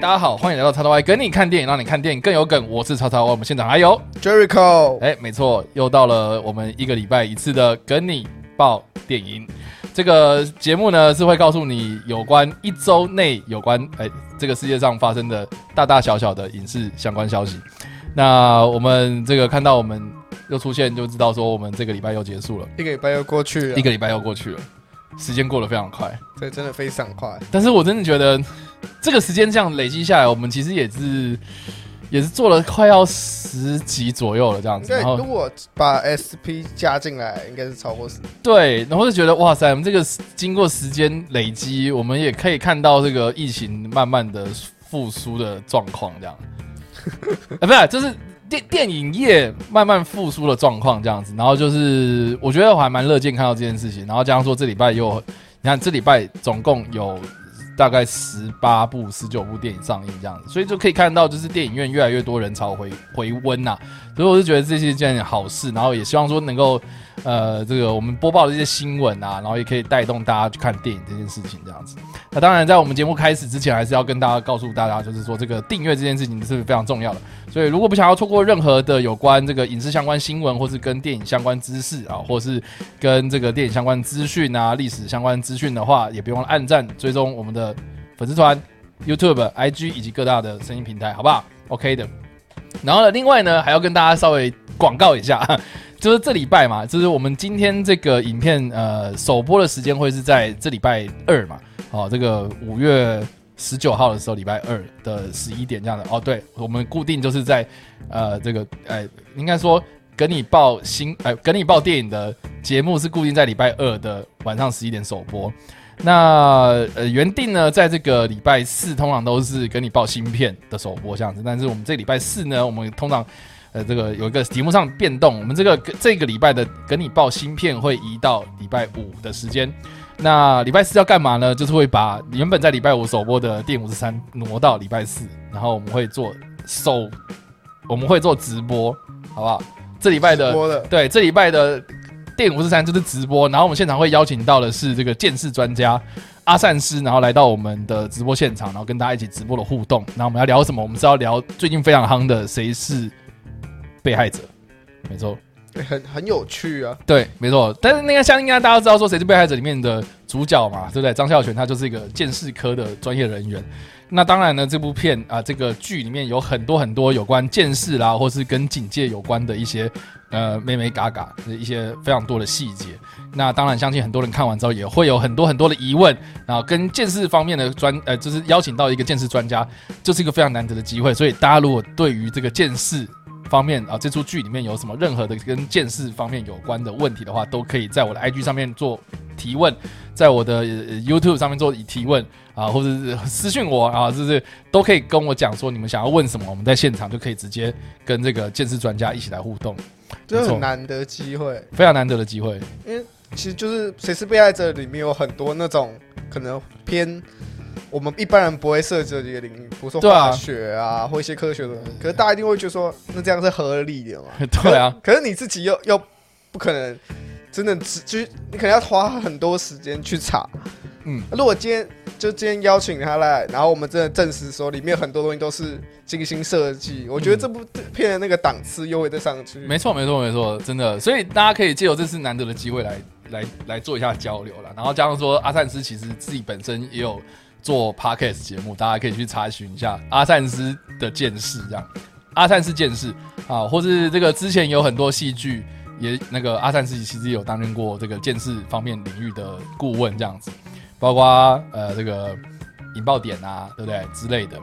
大家好，欢迎来到叉叉 Y，跟你看电影，让你看电影更有梗。我是叉叉 Y，我们现场还有， Jericho，哎，没错，又到了我们一个礼拜一次的跟你报电影。这个节目呢是会告诉你有关一周内有关哎这个世界上发生的大大小小的影视相关消息。那我们这个看到我们又出现，就知道说我们这个礼拜又结束了，一个礼拜又过去了，一个礼拜又过去了，时间过得非常快。这真的非常快。但是我真的觉得这个时间这样累积下来，我们其实也是也是做了快要十集左右了这样应子，该然后如果把 SP 加进来，应该是超过十。对，然后就觉得哇塞，我们这个经过时间累积，我们也可以看到这个疫情慢慢的复苏的状况这样，啊、不是，就是。电电影业慢慢复苏的状况这样子，然后就是我觉得我还蛮乐见看到这件事情，然后加上说这礼拜又，你看这礼拜总共有大概十八部、十九部电影上映这样子，所以就可以看到就是电影院越来越多人潮回回温呐、所以我就觉得这是一件好事，然后也希望说能够呃，这个我们播报的这些新闻啊，然后也可以带动大家去看电影这件事情，这样子。那当然，在我们节目开始之前，还是要跟大家告诉大家，就是说这个订阅这件事情是非常重要的。所以，如果不想要错过任何的有关这个影视相关新闻，或是跟电影相关知识啊，或是跟这个电影相关资讯啊、历史相关资讯的话，也别忘了按赞、追踪我们的粉丝团、YouTube、IG 以及各大的声音平台，好不好？OK 的。然后呢，另外呢，还要跟大家稍微广告一下。就是这礼拜嘛，就是我们今天这个影片呃首播的时间会是在这礼拜二嘛，哦，这个五月十九号的时候，礼拜二的十一点这样的。哦，对，我们固定就是在呃这个呃应该说跟你报新呃跟你报电影的节目是固定在礼拜二的晚上十一点首播。那呃原定呢，在这个礼拜四通常都是跟你报新片的首播这样子，但是我们这礼拜四呢，我们通常呃，这个有一个题目上变动，我们这个这个礼拜的跟你报芯片会移到礼拜五的时间。那礼拜四要干嘛呢？就是会把原本在礼拜五首播的电五十三挪到礼拜四，然后我们会做首，我们会做直播，好不好？这礼拜的播 了，对，这礼拜的电影五四三就是直播，然后我们现场会邀请到的是这个剑士专家阿善师，然后来到我们的直播现场，然后跟大家一起直播的互动。那我们要聊什么？我们是要聊最近非常夯的《谁是被害者》，没错，很很有趣啊。对，没错。但是那个像应该大家都知道说《谁是被害者》里面的主角嘛，对不对？张孝全他就是一个鉴识科的专业人员。那当然呢，这部片啊、这个剧里面有很多很多有关鉴识啦，或是跟警戒有关的一些呃妹妹嘎嘎的一些非常多的细节。那当然，相信很多人看完之后也会有很多很多的疑问。然后跟鉴识方面的专呃，就是邀请到一个鉴识专家，就是一个非常难得的机会。所以大家如果对于这个鉴识方面啊，这出剧里面有什么任何的跟见识方面有关的问题的话，都可以在我的 IG 上面做提问，在我的、呃 YouTube 上面做提问啊，或者是私信我啊，就是都可以跟我讲说你们想要问什么，我们在现场就可以直接跟这个见识专家一起来互动，这没错很难得机会，非常难得的机会。 因为其实就是《谁是被害者》里面有很多那种可能偏我们一般人不会涉及的领域，比如说对啊化学啊，或一些科学的东西。可是大家一定会觉得说，那这样是合理的嘛？ 对啊，可是你自己又又不可能真的只就是你可能要花很多时间去查。嗯，如果今天就今天邀请他来，然后我们真的证实说里面很多东西都是精心设计，我觉得这部片的那个档次又会再上去。嗯没错，没错，没错，真的。所以大家可以借由这次难得的机会来来来做一下交流啦。然后加上说，阿善斯其实自己本身也有做 podcast 节目，大家可以去查询一下阿善斯的见识，这样啊阿善斯见识啊，或是这个之前有很多戏剧。也那个阿善斯其实有担任过这个见识方面领域的顾问这样子，包括呃这个引爆点啊，对不对之类的？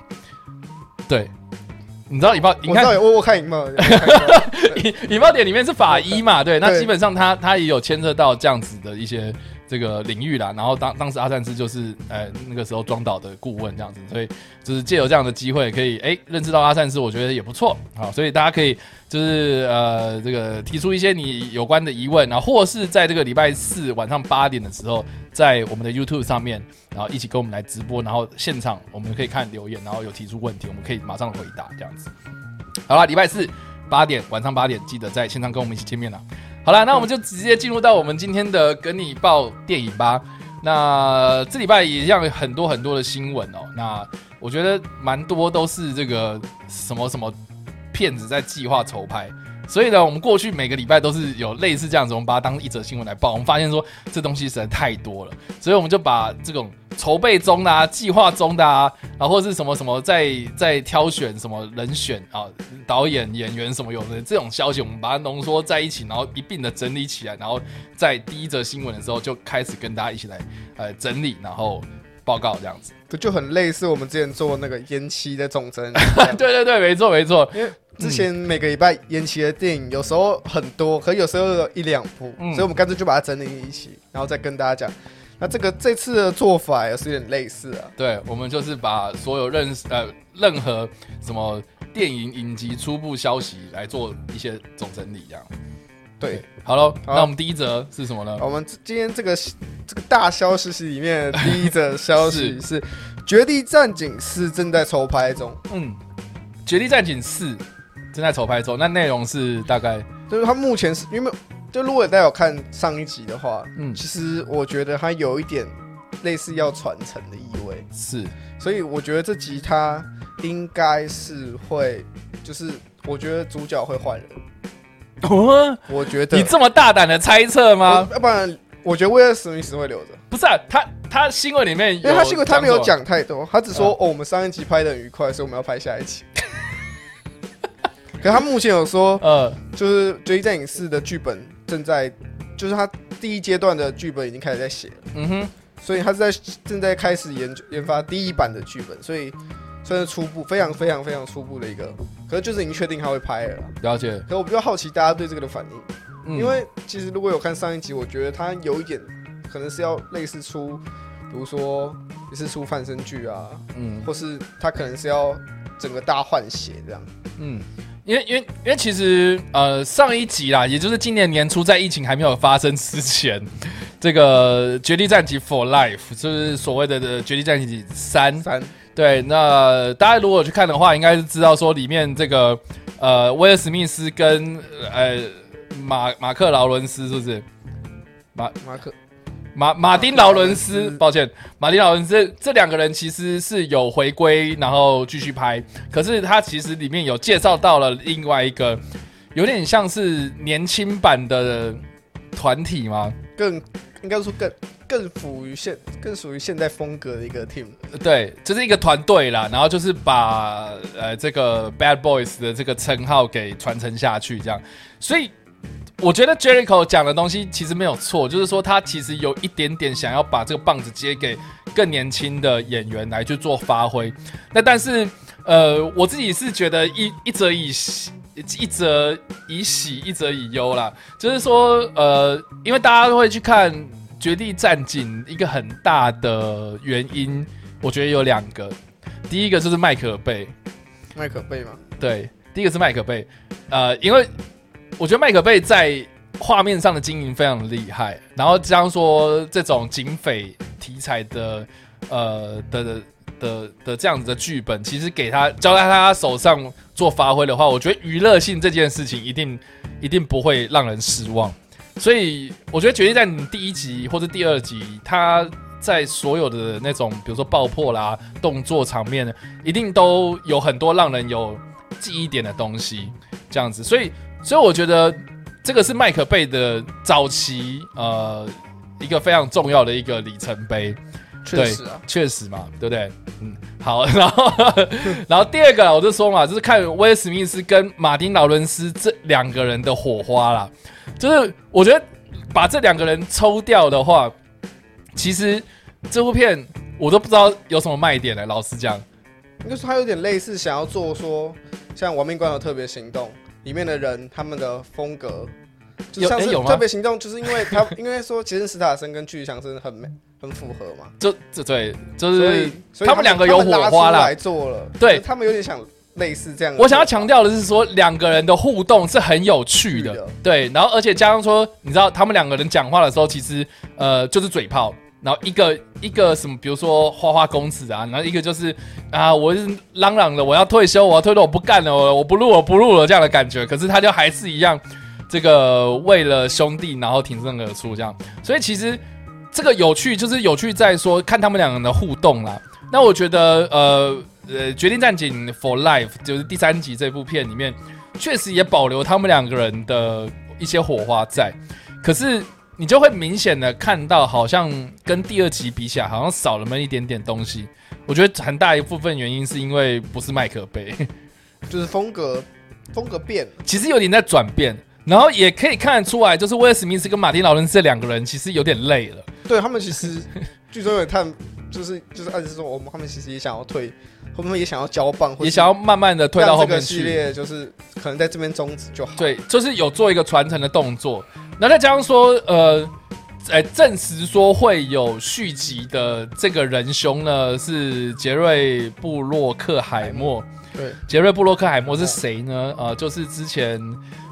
对，你知道引爆？你我知看道有我我看荧幕，有看荧 幕引引爆点里面是法医嘛，对，那对基本上他他也有牵涉到这样子的一些这个领域啦。然后当当时阿善斯就是呃那个时候庄导的顾问这样子，所以就是借由这样的机会可以哎、认识到阿善斯，我觉得也不错好，所以大家可以就是呃这个提出一些你有关的疑问，然后或是在这个礼拜四晚上八点的时候，在我们的 YouTube 上面，然后一起跟我们来直播，然后现场我们可以看留言，然后有提出问题，我们可以马上回答这样子。好啦，礼拜四八点晚上八点，记得在线上跟我们一起见面啦。好啦，那我们就直接进入到我们今天的跟你报电影吧。那这礼拜也像很多很多的新闻哦，那我觉得蛮多都是这个什么什么骗子在计划筹拍。所以呢，我们过去每个礼拜都是有类似这样子，我们把它当一则新闻来报。我们发现说这东西实在太多了，所以我们就把这种筹备中的、啊、计划中的啊，然后是什么什么在在挑选什么人选啊，导演、演员什么有的这种消息，我们把它浓缩在一起，然后一并的整理起来，然后在第一则新闻的时候就开始跟大家一起来呃整理，然后报告这样子。 对就很类似我们之前做那个延期的 总针，对对对，没错没错，因为之前每个礼拜延期的电影有时候很多，可有时候有一两部，嗯所以我们干脆就把它整理一起，然后再跟大家讲。那这个这次的做法也是有点类似啊，对，我们就是把所有认识呃任何什么电影影集初步消息来做一些总整理，这样。对，好喽，好那我们第一则是什么呢？我们今天这个这个大消息是里面的第一则消息是《绝地战警四》正在筹拍中，嗯，《绝地战警四》正在筹拍中，那内容是大概就是它目前是因为就如果大家有看上一集的话，嗯其实我觉得它有一点类似要传承的意味，是所以我觉得这集它应该是会，就是我觉得主角会换人，哦，我觉得你这么啊大胆的猜测吗？我要不然我觉得威尔史密斯会留着，不是、啊，他他新闻里面有，因为他新闻他没有，讲太多，他只说、嗯哦，我们上一集拍的很愉快，所以我们要拍下一集。 可他目前有说，呃，就是《追忆战影视》的剧本正在，就是他第一阶段的剧本已经开始在写了，嗯哼，所以他是在正在开始研究研发第一版的剧本，所以算是初步，非常非常非常初步的一个，可是就是已经确定他会拍了啦。了解，可我比较好奇大家对这个的反应，嗯、因为其实如果有看上一集，我觉得他有一点可能是要类似出，比如说也是出翻身剧啊，嗯或是他可能是要整个大换血这样。嗯。因为因为因为其实呃上一集啦，也就是今年年初在疫情还没有发生之前，这个《绝地战警 For Life》就是所谓的的《绝地战警三》，三，对，那大家如果去看的话，应该是知道说里面这个呃威尔史密斯跟呃马马克劳伦斯是不是？马可马马丁劳伦斯马丁劳伦斯，抱歉，马丁劳伦斯这两个人其实是有回归，然后继续拍。可是他其实里面有介绍到了另外一个，有点像是年轻版的团体吗？更应该说更更符于现更属于现代风格的一个 team。对，就是一个团队啦，然后就是把呃这个 Bad Boys 的这个称号给传承下去，这样。所以我觉得 Jericho 讲的东西其实没有错，就是说他其实有一点点想要把这个棒子接给更年轻的演员来去做发挥。那但是呃，我自己是觉得一一则以喜。一则以喜，一则以忧啦。就是说，呃，因为大家都会去看《绝地战警》，一个很大的原因，我觉得有两个，第一个就是麦克贝，麦可贝嘛，对，第一个是麦克贝，呃，因为我觉得麦克贝在画面上的经营非常厉害，然后加上说这种警匪题材的，呃的的的的这样子的剧本，其实给他交在他手上做发挥的话，我觉得娱乐性这件事情一定一定不会让人失望。所以我觉得《决定在你第一集或者第二集，他在所有的那种，比如说爆破啦、动作场面，一定都有很多让人有记忆点的东西，这样子。所以，所以我觉得这个是麦克贝的早期呃一个非常重要的一个里程碑。确实啊，确实嘛，对不对？嗯，好， 然后然后第二个啦我就说嘛，就是看威尔史密斯跟马丁劳伦斯这两个人的火花啦，就是我觉得把这两个人抽掉的话，其实这部片我都不知道有什么卖点了。老实讲，应该说他有点类似想要做说像《亡命关头特别行动》里面的人他们的风格，就有像是诶有吗特别行动，就是因为他因为说杰森斯塔森跟巨强森很美很符合嘛，就这对， 就所是以所以他们两个有火花啦他们拉出来做了，对就是他们有点想类似这样的做法。我想要强调的是说，两个人的互动是很有趣的，是的对。然后而且加上说，你知道他们两个人讲话的时候，其实呃就是嘴炮，然后一个一个什么，比如说花花公子啊，然后一个就是啊，我是嚷嚷的，我要退休，我要退休，我不干了，我我不录，我不录了这样的感觉。可是他就还是一样，这个为了兄弟，然后挺身而出这样。所以其实这个有趣就是有趣在说看他们两个人的互动啦。那我觉得呃呃，《决定战警 for Life》就是第三集这部片里面，确实也保留他们两个人的一些火花在，可是。你就会明显的看到，好像跟第二集比起来，好像少了那么一点点东西。我觉得很大一部分原因是因为不是麦克贝，就是风格风格变了， 其实有点在转变。然后也可以看得出来，就是威尔史密斯跟马丁劳伦斯这两个人其实有点累了。对他们其实剧中有探，就是就是暗示说，我们他们其实也想要退，会不会也想要交棒，或也是想要慢慢的推到让后这面个系去。列就是可能在这边终止就好。对，就是有做一个传承的动作。那再加上说，呃，呃，证实说会有续集的这个仁兄呢，是杰瑞布洛克海默。对，杰瑞布洛克海默是谁呢？呃，就是之前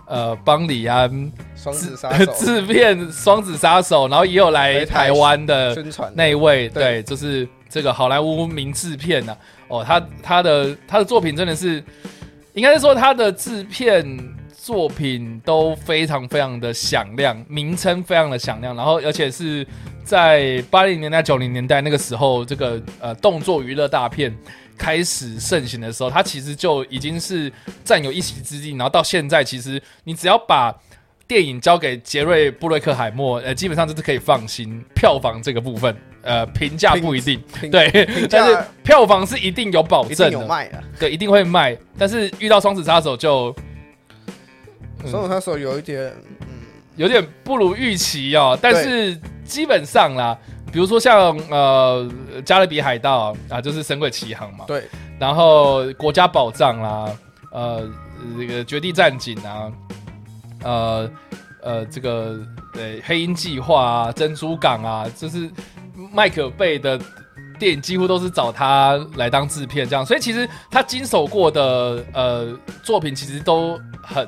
呃帮李安双子杀手 自片《双子杀手》，然后也有来来台台湾的宣传那一位，对，对就是这个好莱坞名制片呐、哦，他他的他的作品真的是，应该是说他的制片作品都非常非常的响亮，名称非常的响亮，然后而且是在八零年代、九零年代那个时候，这个呃动作娱乐大片。开始盛行的时候，他其实就已经是占有一席之地。然后到现在，其实你只要把电影交给杰瑞布瑞克海默，呃，基本上就是可以放心。票房这个部分，呃，评价不一定，评对，但价是票房是一定有保一定证有的，卖呃的。对，一定会卖。但是遇到双子杀手就嗯双子杀手有一点，嗯，有点不如预期哦。但是基本上啦，比如说像呃《加勒比海盗》啊，就是《神鬼奇航》嘛，对，然后《国家宝藏》啦，呃，这个《绝地战警》啊，呃呃，这个呃《黑鹰计划》啊，《珍珠港》啊，就是麦可贝的电影几乎都是找他来当制片这样，所以其实他经手过的呃作品其实都很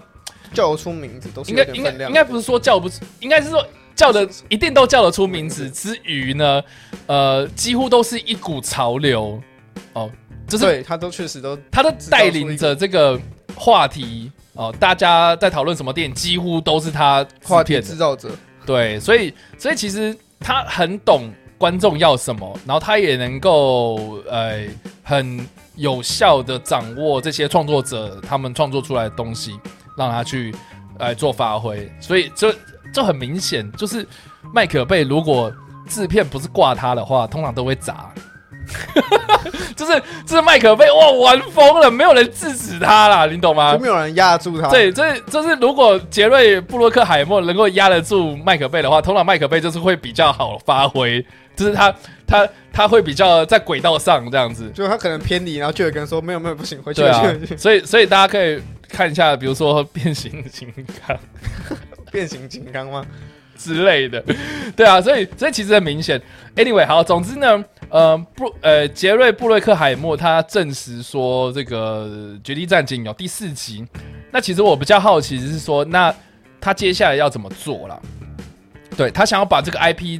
叫得出名字都是应有该点应该分量的。应该不是说叫不出，应该是说叫 的一定都叫得出名字之余呢，呃，几乎都是一股潮流哦，就是对他都确实都他都带领着这个话题哦，大家在讨论什么电影，几乎都是他话制题片制的。造者，对，所以所以其实他很懂观众要什么，然后他也能够呃很有效的掌握这些创作者他们创作出来的东西，让他去呃做发挥。所以这这很明显，就是麦可贝如果制片不是挂他的话，通常都会砸。 就是就是麦可贝哇玩疯了，没有人制止他啦，你懂吗就？没有人压住他。对，这就是如果杰瑞布洛克海默能够压得住麦可贝的话，通常麦可贝就是会比较好发挥，就是他他他会比较在轨道上这样子。就他可能偏离，然后就有跟人说没有没有不行，回去对回啊去回去，所以所以大家可以看一下，比如说变形金刚变形金刚吗？之类的， 对啊，所以所以其实很明显。Anyway，好，总之呢，呃，布呃杰瑞布瑞克海默他证实说这个《绝地战警》有第四集。那其实我比较好奇是说，那他接下来要怎么做啦？对他想要把这个 IP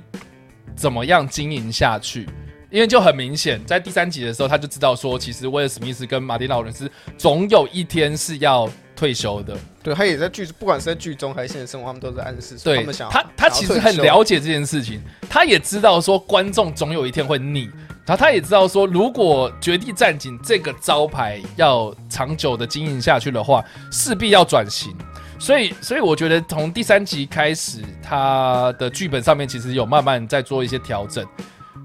怎么样经营下去？因为就很明显，在第三集的时候，他就知道说，其实威尔史密斯跟马丁劳伦斯总有一天是要退休的。对他也在剧，不管是在剧中还是现实生活，他们都在暗示说对，们想要他他其实很，了解这件事情，他也知道说观众总有一天会腻，然后他也知道说，如果《绝地战警》这个招牌要长久的经营下去的话，势必要转型。所以，所以我觉得从第三集开始，他的剧本上面其实有慢慢在做一些调整，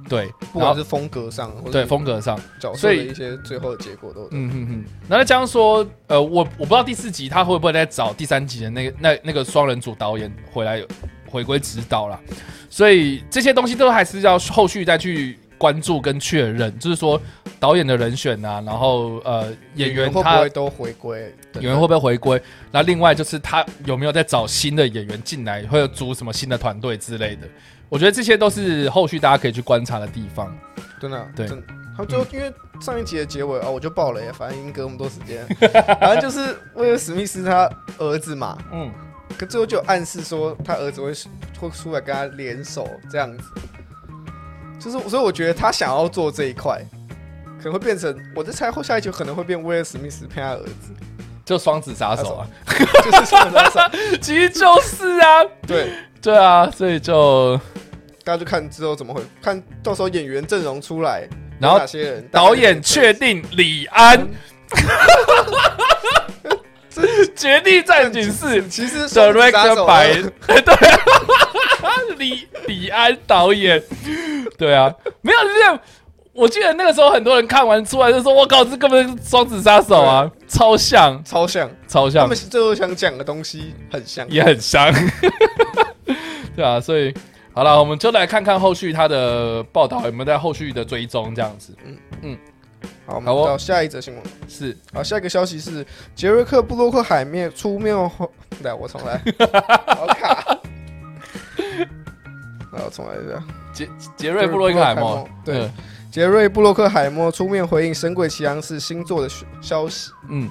对，不然管后是风格上或者对风格上，角色所的以一些最后的结果都。嗯哼哼，然后再加上说，呃，我我不知道第四集他会不会再找第三集的那个那那个双人组导演回来回归指导啦，所以这些东西都还是要后续再去关注跟确认，就是说导演的人选啊，然后呃演员会不他会都回归？演员会不会回归，那另外就是他有没有在找新的演员进来，或者组什么新的团队之类的，我觉得这些都是后续大家可以去观察的地方。真的对真的他们就因为上一集的结尾啊，我就爆雷，反正已经隔那么多时间， 反正就是威尔史密斯他儿子嘛，嗯，可最后就有暗示说他儿子会会出来跟他联手这样子，就是所以我觉得他想要做这一块，可能会变成我在猜后下一集可能会变威尔史密斯配他儿子， 就双子杀手啊， 就是这种其实就是啊。对，对啊，所以就大家就看之后怎么会看到时候演员阵容出来，然后有哪些人导演确定李 安，绝地战警四其实双子杀 Director 手白， 对啊，李李安导演，对啊，没有这样。我记得那个时候很多人看完出来就说：“我靠，这根本是双子杀手啊，超像，超像，超他像们，最后想讲的东西很像，也很像。” 对啊，所以好了，我们就来看看后续他的报道有没有在后续的追踪这样子。好，我们好哦到下一则新闻。是好，下一个消息是杰瑞克布洛克海面出面后，来，我重 来，好卡。来，我重来一下。杰杰瑞布洛克海默，嗯对，杰瑞布洛克海默出面回应《神鬼奇航》是星座的讯消息。嗯，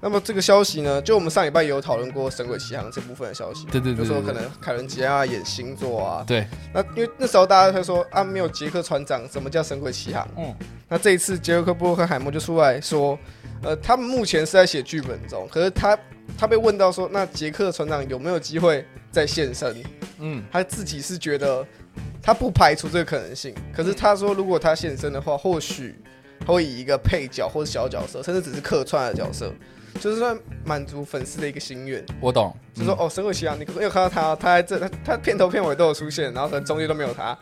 那么这个消息呢，就我们上礼拜也有讨论过《神鬼奇航》这部分的消息，对对对就说对可能凯伦吉亚演星座啊。对，那因为那时候大家在说啊，没有杰克船长，什么叫《神鬼奇航》？嗯，那这一次杰克布洛克海默就出来说，呃，他们目前是在写剧本中，可是他他被问到说，那杰克船长有没有机会再现身？嗯，他自己是觉得他不排除这个可能性，可是他说如果他现身的话，或许他会以一个配角或者小角色，甚至只是客串的角色，就是算满足粉丝的一个心愿。我懂，就说、哦，神鬼奇航，你有看到他哦，他在这，他他片头片尾都有出现，然后可能中间都没有他，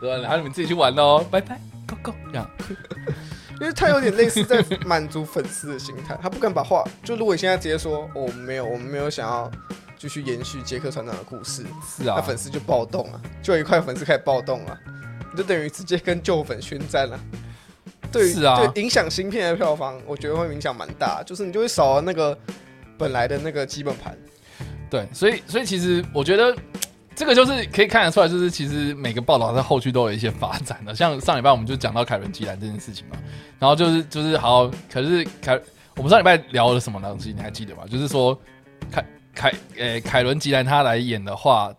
对啊，然后你们自己去玩喽，拜拜，Go Go，这样，因为他有点类似在满足粉丝的心态，他不敢把话，就如果你现在直接说，哦，没有，我们没有想要继续延续杰克船长的故事，是那啊，粉丝就暴动啊，就有一块粉丝开始暴动啊，你就等于直接跟旧粉宣战了、对于，是啊对，影响新片的票房，我觉得会影响蛮大，就是你就会少了那个本来的那个基本盘。对，所以所以其实我觉得这个就是可以看得出来，就是其实每个报道在后续都有一些发展的。像上礼拜我们就讲到凯伦基兰这件事情嘛，然后就是就是好，可是凯我们上礼拜聊了什么东西，你还记得吗？就是说凯凯呃凯伦基兰他来演的话，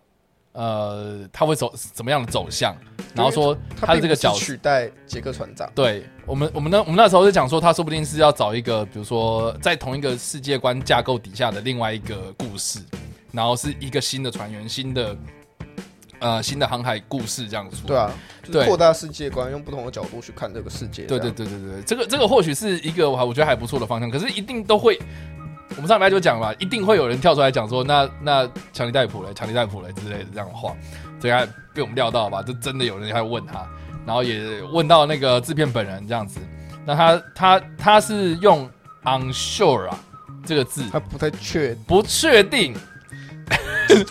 呃，他会走怎么样的走向？然后说他的这个并角不是色取代杰克船长，对我们，我们那我们那时候是讲说，他说不定是要找一个，比如说在同一个世界观架构底下的另外一个故事，然后是一个新的船员、新的呃新的航海故事这样子出来。对啊，就是对扩大世界观，用不同的角度去看这个世界。对这对样，对对对，这个这个或许是一个我还我觉得还不错的方向，可是一定都会，我们上礼拜就讲了嘛，一定会有人跳出来讲说，那那强尼戴普嘞，强尼戴普嘞之类的这样的话，这下被我们料到吧，就真的有人在问他，然后也问到那个制片本人这样子，那他他他是用 unsure 啊这个字，他不太确，不确定，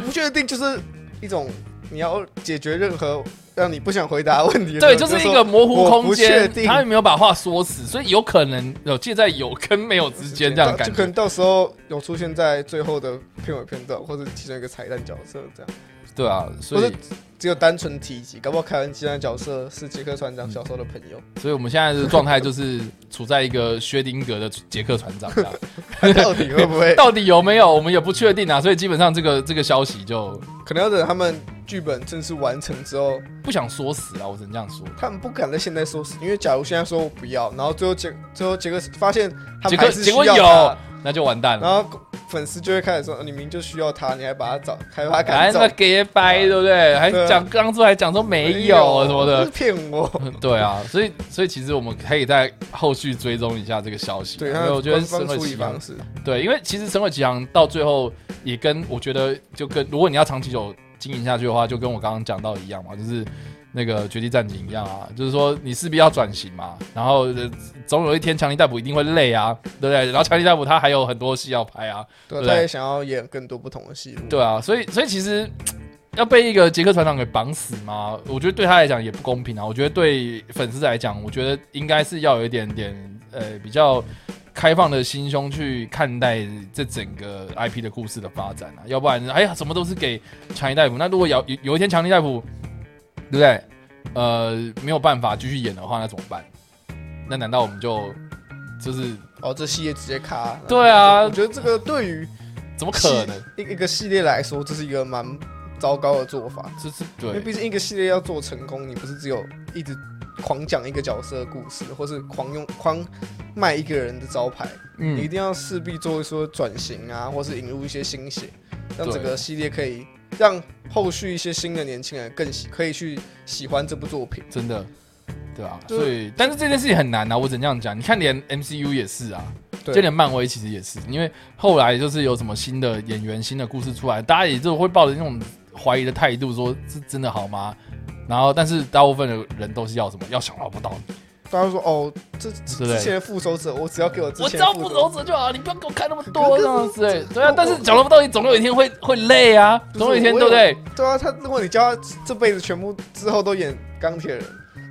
不确定就是一种你要解决任何让你不想回答的问题的时候。对，就是一个模糊空我间不确，定他也没有把话说死，所以有可能有介在有跟没有之间这样的感就可觉能。到时候有出现在最后的片尾片段，或者其中一个彩蛋角色这样，对啊，所不以是只有单纯提及，搞不好凯文基兰角色是杰克船长小时候的朋 友，所以我们现在的状态就是处在一个薛丁格的杰克船长这 样，他到底会不会？到底有没有我们也不确定啊，所以基本上这个这个消息就可能要等他们剧本正式完成之后，不想说死啊，我只能这样说。他们不敢在现在说死，因为假如现在说我不要，然后最后杰最后杰克发现他结们果还是结需果要他哦有，，那就完蛋然了。后粉丝就会开始说，哦你明明就需要他，你还把他找，还把他哎，赶走哦那，给掰对不对？还讲当初还讲说没有什么这的是，骗我。 嗯对啊，所以所以其实我们可以在后续追踪一下这个消息。啊对，因他为我觉得官神方鬼处理奇航方式，对，因为其实神鬼奇航到最后也跟我觉得就跟如果你要长期久经营下去的话，就跟我刚刚讲到一样嘛，就是那个绝地战警一样啊，就是说你势必要转型嘛，然后呃总有一天强力逮捕一定会累啊，对不对？然后强力逮捕他还有很多戏要拍啊，对啊，对他也想要演更多不同的戏路。对啊，所以所以其实要被一个杰克船长给绑死吗？我觉得对他来讲也不公平啊。我觉得对粉丝来讲，我觉得应该是要有一点点呃比较开放的心胸去看待这整个 IP 的故事的发展啊，要不然哎呀什么都是给强尼大夫。那如果有有有一天强尼大夫，对不对？呃，没有办法继续演的话，那怎么办？那难道我们就就是哦，这系列直接卡。对啊我觉得这个对于怎么可能？一一个系列来说，这是一个蛮糟糕的做法，就是因为对毕竟一个系列要做成功，你不是只有一直狂讲一个角色的故事，或是狂用狂卖一个人的招牌，你一嗯定要势必做一说转型啊，或是引入一些新血，让对整个系列可以让后续一些新的年轻人更喜可以去喜欢这部作品。真的，对啊，就是所以但是这件事情很难啊，我只能这样讲。你看，连 MCU 也是啊，对就连漫威其实也是，因为后来就是有什么新的演员、新的故事出来，大家也就会抱着那种怀疑的态度，说这真的好吗？然后，但是大部分的人都是要什么？要小老婆到底，大家说哦，这对之前的复仇者，我只要给我之我前只的要复复仇仇者，者就好，你不要给我看那么可多是这样子、欸。对啊我，但是小老婆到底总有一天会会累啊，不是总有一天我对不对？对啊，他如果你叫他这辈子全部之后都演钢铁人，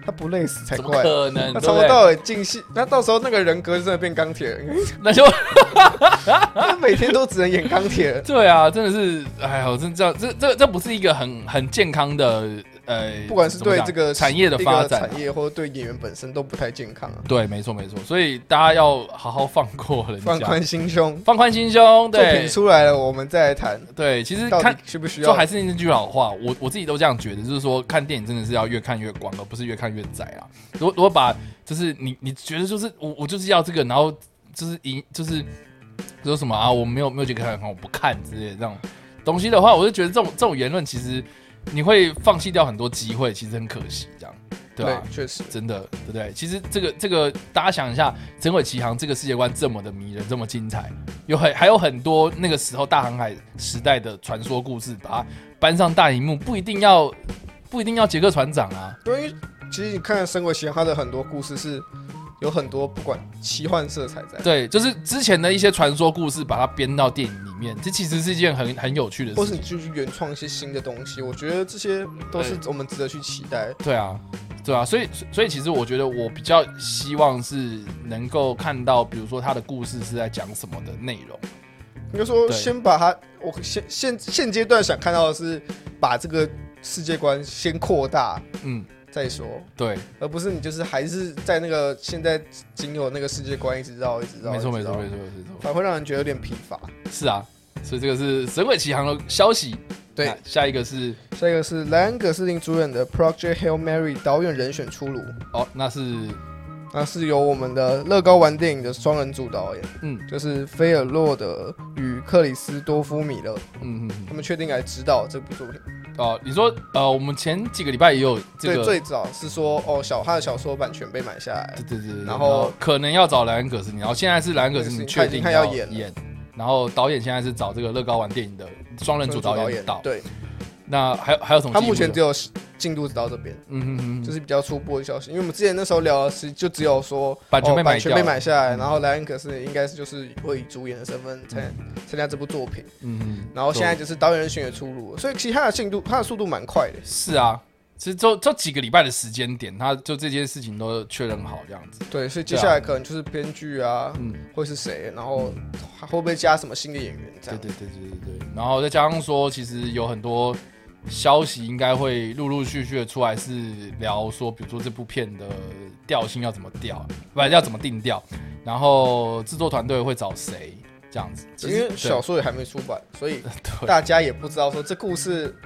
他不累死才怎么怪。可能？ 他对从不头对？到尾尽戏，那到时候那个人格真的变钢 铁人，那就他每天都只能演钢铁 人，对啊，真的是，哎呀，我真这这这这不是一个很很健康的呃，不管是怎么对讲这个产业的一个发展啊、产业或者对演员本身都不太健康啊。对，没错没错，所以大家要好好放过人家，放宽心胸，放宽心胸，作品对出来了，我们再来谈对，其实到看底需不需就要还。是那句老话，我我自己都这样觉得，就是说看电影真的是要越看越广，而不是越看越窄啊。如果如果把就是你你觉得就是我我就是要这个，然后就是赢就是说什么啊，我没有没有觉得很好，我不看之类的这种东西的话，我就觉得这种这种言论其实你会放弃掉很多机会，其实很可惜，这样对啊吧、对，确实，真的，对不对？其实这个这个，大家想一下，《神鬼奇航》这个世界观这么的迷人，这么精彩，有很还有很多那个时候大航海时代的传说故事，把它搬上大荧幕，不一定要不一定要杰克船长啊，因为其实你看《神鬼奇航》，它的很多故事是有很多不管奇幻色彩在，对，就是之前的一些传说故事，把它编到电影里面，这其实是一件很很有趣的或事是你情。就去原创一些新的东西，我觉得这些都是我们值得去期待。对啊，对啊，所以所以其实我觉得我比较希望是能够看到，比如说他的故事是在讲什么的内容。应该说，对先把它，我现现现阶段想看到的是把这个世界观先扩大嗯，再说，对，而不是你就是还是在那个现在仅有那个世界观一直绕一直绕，没错一没直绕错没错没错。反而会让人觉得有点疲乏。是啊，所以这个是《神鬼奇航》的消息。对那，下一个是下一个是莱恩·葛斯林主演的《Project Hail Mary》导演人选出炉，哦，那是那是由我们的乐高玩电影的双人组导演，嗯就是菲尔洛德与克里斯多夫·米勒，嗯嗯他们确定来指导这部作品。嗯哦，你说呃，我们前几个礼拜也有这最个，最早是说，哦，小他的小说版权被买下来对，对对对，然后可能要找莱恩·葛斯尼，然后现在是莱恩·葛斯尼对确你定看要要演了演，然后导演现在是找这个乐高玩电影的双人组双导人演导。对那还有还有什么他进一目步的？前只有进度只到这边，嗯嗯嗯，这嗯是比较初步的消息。因为我们之前那时候聊的是，就只有说版权被哦买版权掉被了嗯买下来，然后莱恩·葛斯林应该是就是会以主演的身份参参加这部作品。嗯嗯，然后现在就是就是导演人选也出炉了，所以其实他的进度，他的速度蛮快的。是啊，其实就就几个礼拜的时间点，他就这些事情都确认好这样子。对，所以接下来可能就是编剧啊，啊嗯，会是谁，然后还会不会加什么新的演员这对样？对对对对对。然后再加上说，其实有很多消息应该会陆陆续续的出来，是聊说，比如说这部片的调性要怎么调，不要怎么定调，然后制作团队会找谁这样子。其因实为小说也还没出版，所以对对大家也不知道说这故事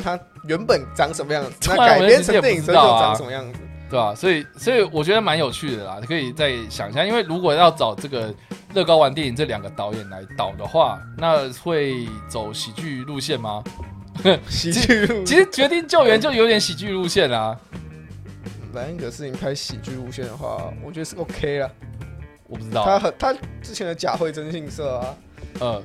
它原本长什么样子，对那啊改编我们其实成也电影不之知后道就啊长什么样子。对吧、所以所以我觉得蛮有趣的啦，可以再想一下，因为如果要找这个乐高玩电影这两个导演来导的话，那会走喜剧路线吗？喜剧路其实《决定救援》就有点喜剧路线啊啦、莱恩·葛斯林拍喜剧路线的话，我觉得是 OK 了。我不知道他，很他之前的假会真性色啊，呃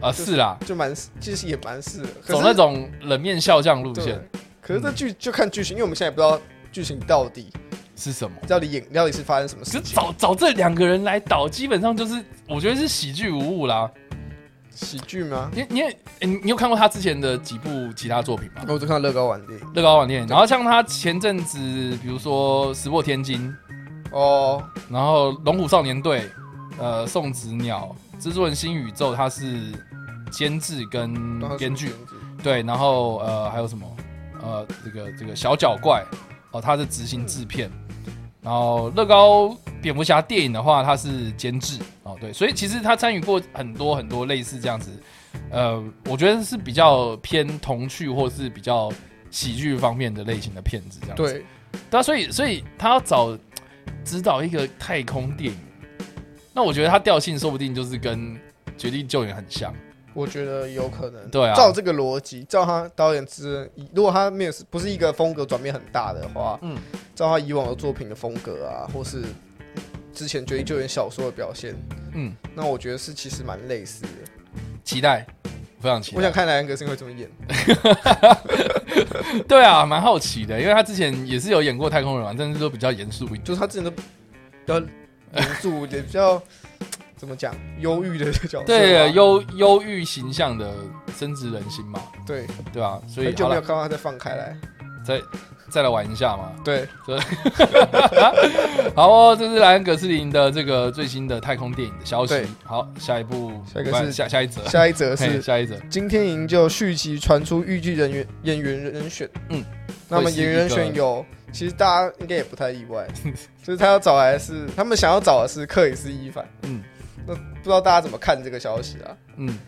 啊是啦，就蛮其实也蛮是的，可走是那种冷面笑匠路对线，嗯可是这剧就看剧情，因为我们现在也不知道剧情到底是什么？到底演到底是发生什么就事情。找找这两个人来导，基本上就是我觉得是喜剧无误啦。喜剧吗？你你也、诶你你有看过他之前的几部其他作品吗？我就看乐高玩电影乐高网恋，然后像他前阵子，比如说《石破天惊》，哦，然后《龙虎少年队》，呃，《送子鸟》，《蜘蛛人新宇宙》，他是监制跟然后是嗯编剧，对，然后呃还有什么呃这个这个小脚怪哦，他是执行制片，然后乐高蝙蝠侠电影的话，他是监制哦，对，所以其实他参与过很多很多类似这样子，呃，我觉得是比较偏童趣或是比较喜剧方面的类型的片子这样子。对，对啊，所以所以他要找指导一个太空电影，那我觉得他调性说不定就是跟《绝地救援》很像，我觉得有可能。对啊照这个逻辑，照他导演之恩，如果他没有不是一个风格转变很大的话，嗯，照他以往的作品的风格啊，或是之前《绝地救援》小说的表现，嗯，那我觉得是其实蛮类似的。期待，非常期我待想。看莱恩·格斯会怎么演。对啊，蛮好奇的，因为他之前也是有演过太空人嘛，但是都比较严肃一点。就是他之前都比较严肃，也比较怎么讲，忧郁的角色吧。对，啊忧忧郁形象的深植人心嘛，对，对 吧、所以很久好没了有看到他再放开来。再再来玩一下嘛。对，好哦，这是莱恩·葛斯林的这个最新的太空电影的消息对。好，下一部，下一个不然是下下一则，下一则嘿是下一则，今天营救续集传出预计人员演员人选，嗯，那么会是一演个员人选有，其实大家应该也不太意 外，就是他要找来的是他们想要找的是克里斯伊凡，嗯那不知道大家怎么看这个消息啊？嗯，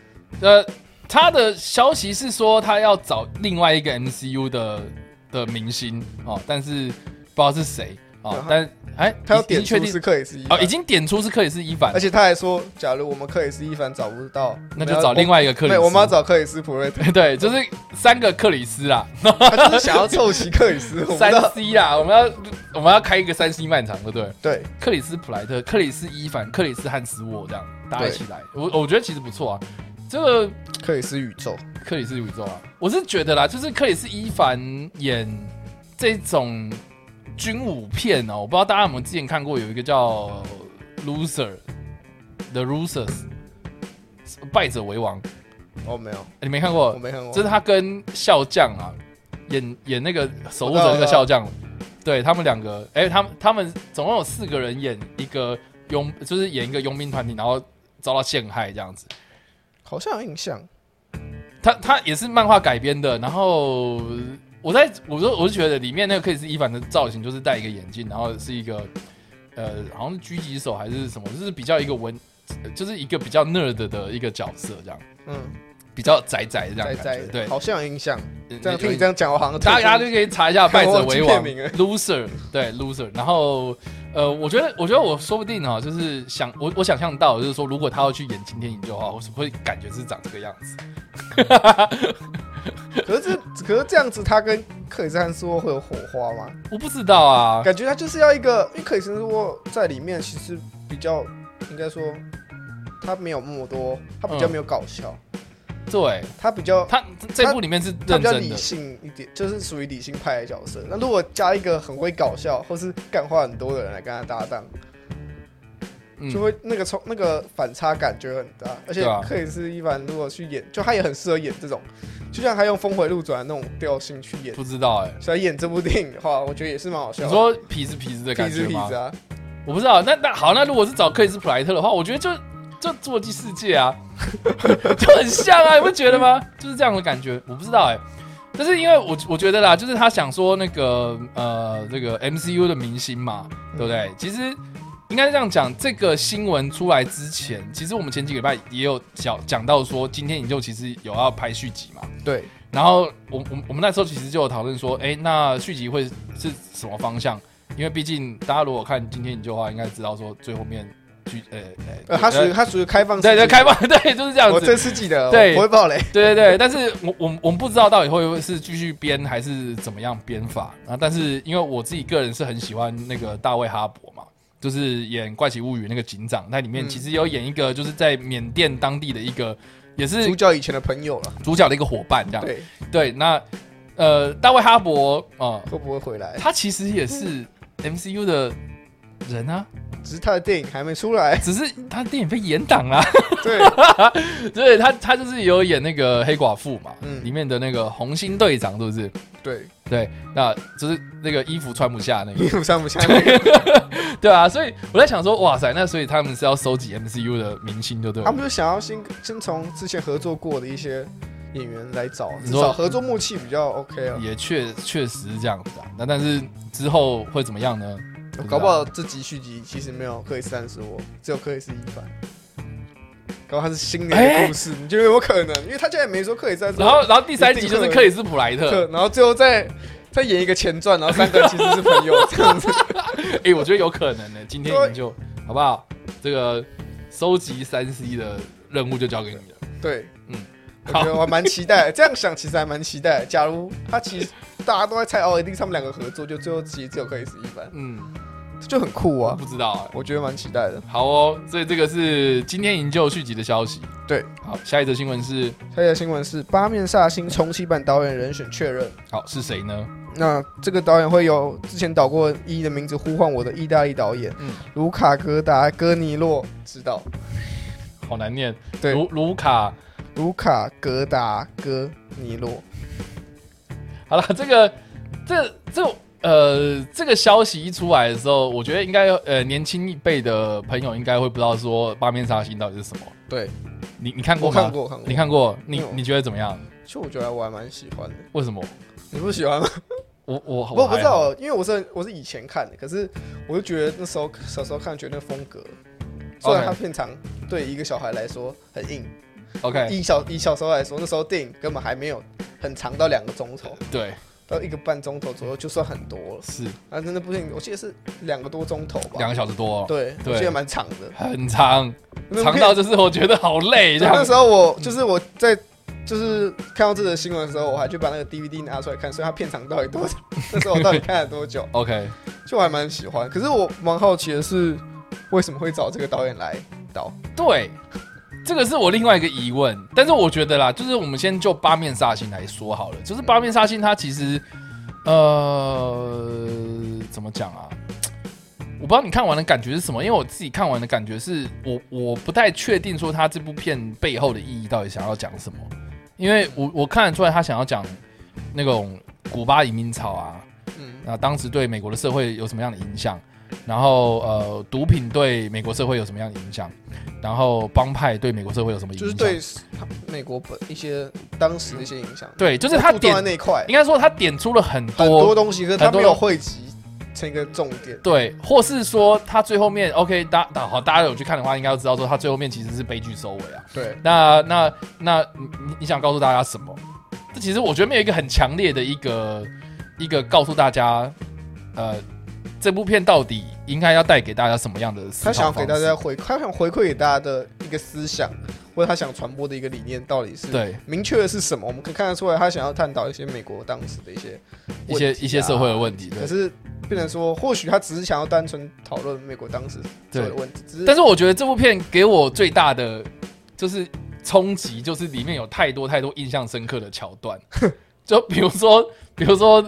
呃，他的消息是说他要找另外一个 MCU 的的明星哦，但是不知道是谁哦对，啊但哎，他要已已经点确出定是克里斯伊哦，凡，已经点出是克里斯·伊凡而，且他还说，假如我们克里斯伊凡找不到，那我们就要找另外一个克里斯。对，我们要找克里斯普瑞 特，对，就是三个克里斯啦，他就是想要凑齐克里 斯，我不知三道 C 啦，我们要我们要开一个三 C 漫长，对不对？对，克里斯普莱特、克里斯伊凡、克里斯汉斯沃这样，大家一对起来，我我觉得其实不错啊。这个克里斯宇宙，克里斯宇宙啊，我是觉得啦，就是克里斯伊凡演这种军武片哦，我不知道大家有没有之前看过，有一个叫《Loser》的《Losers》，败者为王，哦，没有，你没看过我？没看过，这是他跟笑匠啊，演演那个守护者那个笑匠，对他们两个，哎、他们他们总共有四个人演一个佣，就是演一个佣兵团体，然后遭到陷害这样子。好像有印象，他他也是漫画改编的，然后我在我说我是觉得里面那个克里斯伊凡的造型就是戴一个眼镜，然后是一个呃好像是狙击手还是什么，就是比较一个文，就是一个比较 nerd 的一个角色这样，嗯，比较宅宅这样在感觉，在，对，好像有印象，嗯这样听有你这样讲，我 好像大家大家就可以查一下《败者为我王忘记片名》了 loser，对 loser。然后呃，我觉得我觉得我说不定哈，就是想我我想象到，就是说如果他要去演今天营救的话，我是会感觉是长这个样子。可是这可是这样子，他跟克里斯汉斯沃会有火花吗？我不知道啊，感觉他就是要一个，因为克里斯汉斯沃在里面其实比较，应该说他没有那么多，他比较嗯没有搞笑，对他比较他这部里面是认他比较真理的，性一点，就是属于理性派的角色。那如果加一个很会搞笑或是干话很多的人来跟他搭档，嗯就会那个冲那个反差感就会很大。而且对啊克里斯伊凡如果去演，就他也很适合演这种，就像他用峰回路转的那种调性去演，不知道哎、所以演这部电影的话，我觉得也是蛮好笑你的。说痞子痞子的感痞觉子痞吗子？啊，我不知道。那那好，那如果是找克里斯普莱特的话，我觉得就就《侏罗纪世界》啊， 就很像啊，你不觉得吗？就是这样的感觉。我不知道哎、但是因为我我觉得啦，就是他想说那个呃，这个 MCU 的明星嘛，对不对？其实应该是这样讲，这个新闻出来之前，其实我们前几个礼拜也有讲讲到说，今天营救其实有要拍续集嘛。对，然后我我我们那时候其实就有讨论说，哎，那续集会是什么方向？因为毕竟大家如果看今天你就话，应该知道说最后面剧呃呃，他属于他属于开放式对对剧情开放对就是这样我子，这次记得，对我不会爆雷。对对对。但是我我我们不知道到底会不会是继续编还是怎么样编法啊？但是因为我自己个人是很喜欢那个大卫哈勃嘛。就是演《怪奇物语》那个警长，那里面嗯其实有演一个就是在缅甸当地的一个，也是主角以前的朋友了，主角的一个伙伴这样。对，对，那呃，大卫哈勃啊、呃会不会回来？他其实也是 MCU 的人啊，只是他的电影还没出 来。只是他的电影被延档啊啦、对， 对他，他就是有演那个黑寡妇嘛，嗯里面的那个红心队长，是不是？对，对，那就是那个衣服穿不下那你个， 不上不下那个，对啊，所以我在想说，哇塞，那所以他们是要收集 MCU 的明星，就对 他了。们就想要先先从之前合作过的一些演员来找，你至说少合作默契比较 OK 啊。也确确实是这样子啊，那但是之后会怎么样呢？不知道搞不好这集续集其实没有克里斯汉斯沃，只有克里斯伊凡。搞不好他是新的一个故事，你觉得有没有可能？因为他竟然没说克里斯汉斯沃，哎然后，然后第三集就是克里斯普莱 特，克然后最后再再演一个前传，然后三个人其实是朋友 这样子。哎、我觉得有可能呢、今天你就好不好？这个收集三 C 的任务就交给你了。对，嗯嗯，我好觉得我还蛮期待，这样想其实还蛮期待。假如他其实大家都在猜哦，一定他们两个合作，就最后其实只有克里斯一般，嗯，就很酷我啊，不知道、欸。我觉得蛮期待的。好哦，所以这个是今天营救续集的消息。对，好，下一则新闻是，下一条新闻是八面煞星重启版导演人选确认，好是谁呢？那这个导演会由之前导过《一》的名字呼唤我的意大利导演，嗯卢卡格达哥尼洛指导，好难念，对卢卢卡。卢卡格达哥尼洛，好了，这个这这呃，这个消息一出来的时候，我觉得应该呃，年轻一辈的朋友应该会不知道说八面煞星到底是什么。对你你看过我吗？看过，我看嗯过你，看过？你没有你觉得怎么样？其实我觉得我还蛮喜欢的，为什么？你不喜欢吗？我我不，我不还知好道，因为我是我是以前看的，可是我就觉得那时候小时候看觉得那风格，虽然 OK 它片长对一个小孩来说很硬， OK，以小以小时候来说，那时候电影根本还没有很长到两个钟头，对，到一个半钟头左右就算很多了。是啊，真的不行，我记得是两个多钟头吧。两个小时多、哦，对，对我记得蛮长的。很长，那长片到就是我觉得好累这那样。时候我就是我在就是看到这则新闻的时候，我还去把那个 DVD 拿出来看，所以它片长到底多长？ 那时候我到底看了多久？ OK，就我还蛮喜欢。可是我蛮好奇的是，为什么会找这个导演来导？对，这个是我另外一个疑问。但是我觉得啦，就是我们先就八面煞星来说好了。就是八面煞星，它其实呃，怎么讲啊？我不知道你看完的感觉是什么，因为我自己看完的感觉是我我不太确定说他这部片背后的意义到底想要讲什么，因为我我看得出来他想要讲那种古巴移民潮啊，嗯，那当时对美国的社会有什么样的影响？然后呃，毒品对美国社会有什么样的影响？然后帮派对美国社会有什么影就响？是对美国本一些当时的一些影响。对就是他互动在点，那一块应该说他点出了很很多多东西，可是他很多没有汇集成一个重点。对，或是说他最后面 OK，大大好，大家有去看的话，应该都知道说他最后面其实是悲剧收尾啊。对，那那那你你你想告诉大家什么？这其实我觉得没有一个很强烈的一个一个告诉大家，呃，这部片到底应该要带给大家什么样的思他考想要给方大式家回，他想回馈给大家的一个思想，或者他想传播的一个理念，到底是对明确的是什么？我们可以看得出来，他想要探讨一些美国当时的一些一些问题啊一些社会的问题。可对，是变成说，或许他只是想要单纯讨论美国当时所有的对问题，只是但是我觉得这部片给我最大的就是冲击，就是里面有太多太多印象深刻的桥 段，就比如说，比如说。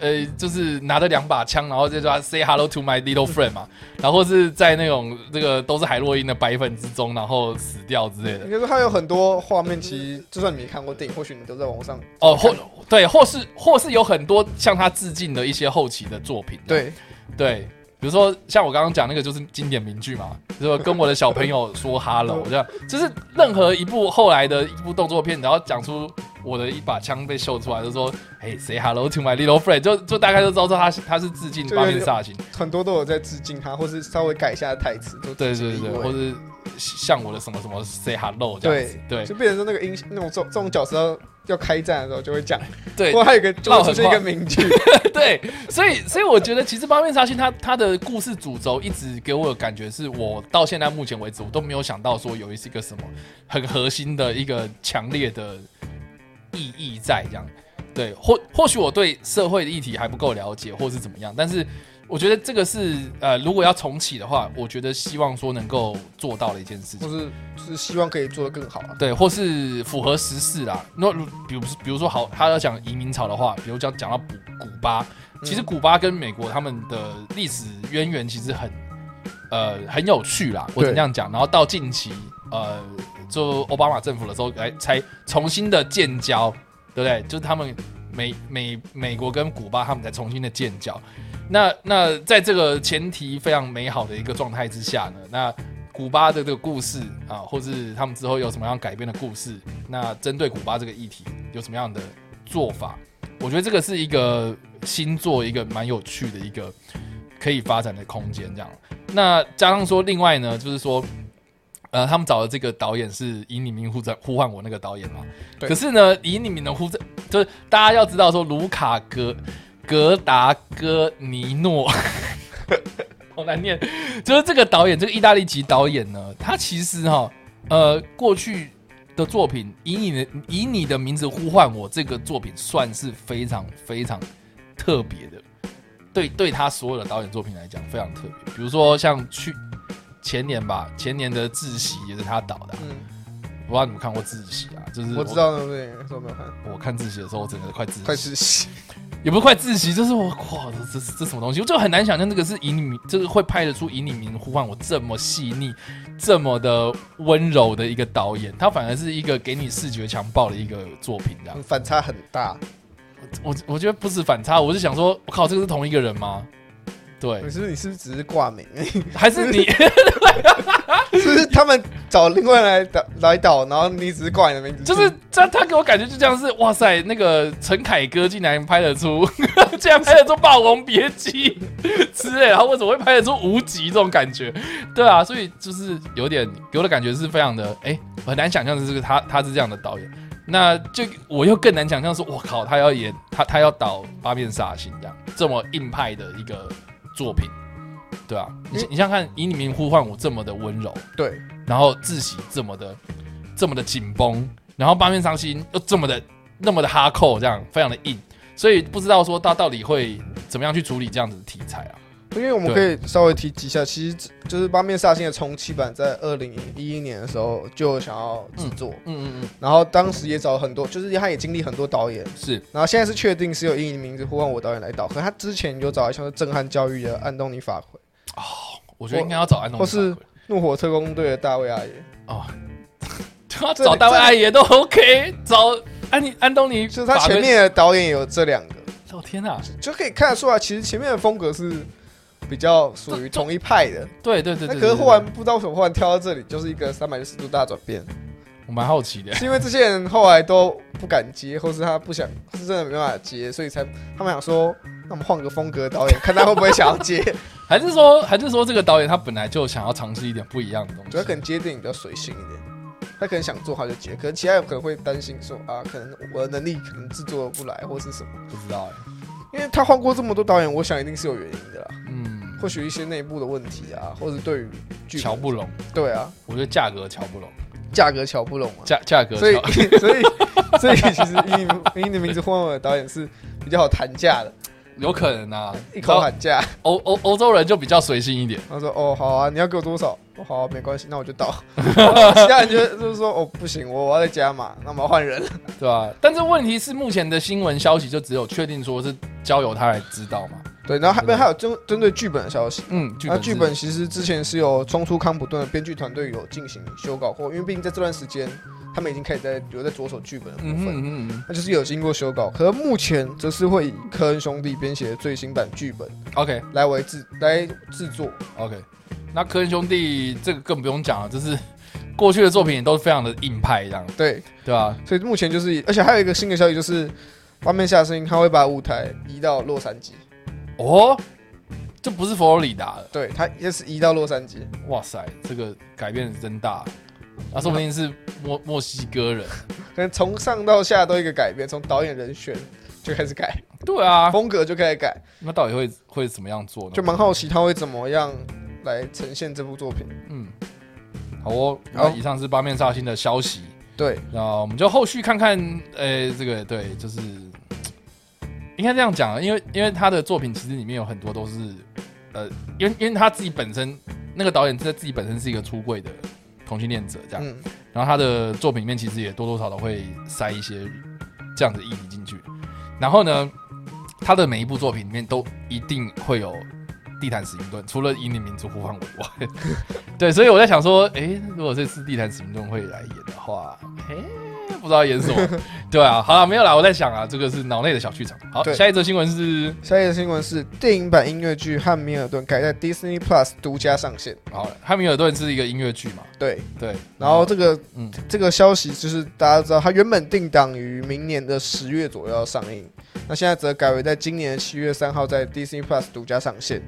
呃，就是拿着两把枪，然后就说 “say hello to my little friend” 嘛，然后是在那种这个都是海洛因的白粉之中，然后死掉之类的应。该说他有很多画面，其实就算你没看过电影，或许你都在网上哦，或对，或是或是有很多向他致敬的一些后期的作品。对对，比如说像我刚刚讲那个就是经典名句嘛，就是说跟我的小朋友说 hello 这样，就是任何一部后来的一部动作片，然后讲出我的一把枪被秀出来，就说哎 say hello to my little friend，就就大概就知道说他是他是致敬对八面煞星， 很多都有在致敬他，或是稍微改一下台词，都对对对，意味或是像我的什么什么 say hello 这样子，对就变成说那个音那种这种这种角色要要开战的时候就会讲，对或还有一个就唠会狠出现一话个名句， 对，所以所以我觉得其实八面煞星它它的故事主轴一直给我的感觉是我到现在目前为止我都没有想到说有一个什么很核心的一个强烈的意义在这样。对，或或许我对社会的议题还不够了解，或是怎么样，但是我觉得这个是呃，如果要重启的话，我觉得希望说能够做到的一件事情或。是就是希望可以做得更好啊。对，或是符合时事啦。那如比如比如说好，他要讲移民潮的话，比如讲讲到古古巴，其实古巴跟美国他们的历史渊源其实很呃很有趣啦，我只能对这样讲。然后到近期呃，就奥巴马政府的时候，哎，才重新的建交，对不对？就是他们美美美国跟古巴他们才重新的建交。那那在这个前提非常美好的一个状态之下呢，那古巴的这个故事啊，或是他们之后有什么样改编的故事，那针对古巴这个议题有什么样的做法？我觉得这个是一个新做一个蛮有趣的一个可以发展的空间，这样。那加上说，另外呢，就是说，呃，他们找的这个导演是以你名呼唤呼唤我那个导演嘛。对可是呢，以你名的呼唤，就是大家要知道说，卢卡格格达哥尼诺， 好难念。就是这个导演，这个意大利籍导演呢，他其实哈、呃，过去的作品以你的以你的名字呼唤我这个作品，算是非常非常特别的，对对他所有的导演作品来讲非常特别。比如说像去前年吧，前年的《窒息》也是他导的啊、嗯，我不知道你们看过《窒息》啊？就是我知，道那部电影，可是我没有看，我看《窒息》的时候，我整个快窒息快窒息。也不是快窒息，就是我靠，这这这什么东西？我就很难想象这个是以你名，这个会拍得出《以你名呼唤我》这么细腻、这么的温柔的一个导演，他反而是一个给你视觉强暴的一个作品，这样嗯。反差很大。我我觉得不止反差，我是想说，我靠，这个是同一个人吗？对你，是不是你是不是只是挂名？还是你？是不是他们找另外来导来导，然后你只是挂你的名字？就是他他给我感觉就像是哇塞，那个陈凯歌竟然拍得出， 竟然拍得出《霸王别姬》之类，然后为什么会拍得出《无极》这种感觉？对啊，所以就是有点给我的感觉是非常的，哎、很难想象的是他他是这样的导演。那就我又更难想象说，我靠，他要演他他要导《八面煞星》这样这么硬派的一个作品，对啊，你嗯你想想看，以你名呼唤我这么的温柔，对，然后自喜这么的这么的紧绷，然后八面伤心又这么的那么的哈扣，这样非常的硬，所以不知道说他到底会怎么样去处理这样子的题材啊。因为我们可以稍微提及一下，其实就是《八面煞星》的重启版在二零一一年的时候就想要制作，嗯嗯嗯，然后当时也找了很多，就是他也经历很多导演，是然后现在是确定是有英语名字呼唤我导演来导，可他之前就找了像是震撼教育的安东尼法奎、我觉得应该要找安东尼或·法奎， 是怒火特工队的大卫阿爷，哦，他找大卫·艾也都 OK，找安妮安东尼·就是他法前奎面的导演有这两个，哦天哪，就可以看得出来，其实前面的风格是比较属于同一派的。对对对那对，可对是忽然，不知道为什么忽然跳到这里，就是一个三百六十度大转 变，我蛮好奇的。是因为这些人后来都不敢接，或是他不想，是真的没办法接，所以才他们想说，那我们换个风格导演，看他会不会想要接。还是说，还是说这个导演他本来就想要尝试一点不一样的东西？主要可能接电影比较随性一点，他可能想做他就接，可能其他人可能会担心说啊，可能我的能力可能制作不来或是什么，不知道哎、因为他换过这么多导演，我想一定是有原因的啦，嗯，或许一些内部的问题啊，或者对于剧乔不拢，对啊，我觉得价格乔不拢，价格瞧不拢啊，价价格所以 乔所以所以其实以你以你的名字换我的导演是比较好谈价的，有可能啊，一口喊价，欧欧欧洲人就比较随性一点，他说哦好啊，你要给我多少？哦好啊、没关系，那我就到。 其他人就就是说哦不行，我我要再加码，那我们要换人。对吧、但是问题是，目前的新闻消息就只有确定说是交由他来指导嘛。对，然后还对还有针针对剧本的消息，嗯，剧那本啊剧是本其实之前是有冲出康普顿的编剧团队有进行修稿过，因为毕竟在这段时间他们已经开始在有在着手剧本的部嗯分，哼嗯哼那就是有经过修稿。可目前则是会以科恩兄弟编写的最新版剧本，OK 来为制来制作， OK，那科恩兄弟这个更不用讲了，就是过去的作品也都非常的硬派，这样对，对吧、所以目前就是以，而且还有一个新的消息就是，画面下声音他会把舞台移到洛杉矶，哦，这不是佛罗里达了，对他也是移到洛杉矶，哇塞，这个改变真大，那、说不定是墨墨西哥人。可能从上到下都有一个改变，从导演人选就开始改，对啊，风格就开始改。那到底会会怎么样做呢就？蛮好奇他会怎么样来呈现这部作品。嗯，好哦，好那以上是八面煞星的消息。对，那我们就后续看看，呃、这个对，就是嘖应该这样讲啊，因为因为他的作品其实里面有很多都是，呃，因为因为他自己本身那个导演在自己本身是一个出柜的同性恋者这样，嗯，然后他的作品里面其实也多多少少会塞一些这样的议题进去，然后呢，他的每一部作品里面都一定会有地毯使命盾，除了以你民族呼唤我以外， 对，所以我在想说，诶，如果这次地毯使命盾会来演的话，诶，不知道演什么，对啊，好了，没有啦，我在想啊，这个是脑内的小剧场。好，对下一则新闻是，下一个新闻是电影版音乐剧《汉密尔顿》改在 Disney Plus 独家上线。好，哦汉密尔顿是一个音乐剧嘛，对，对，然后这个、嗯这个消息就是大家知道，它原本定档于明年的十月左右要上映，那现在则改为在今年的七月三号在 Disney Plus 独家上线。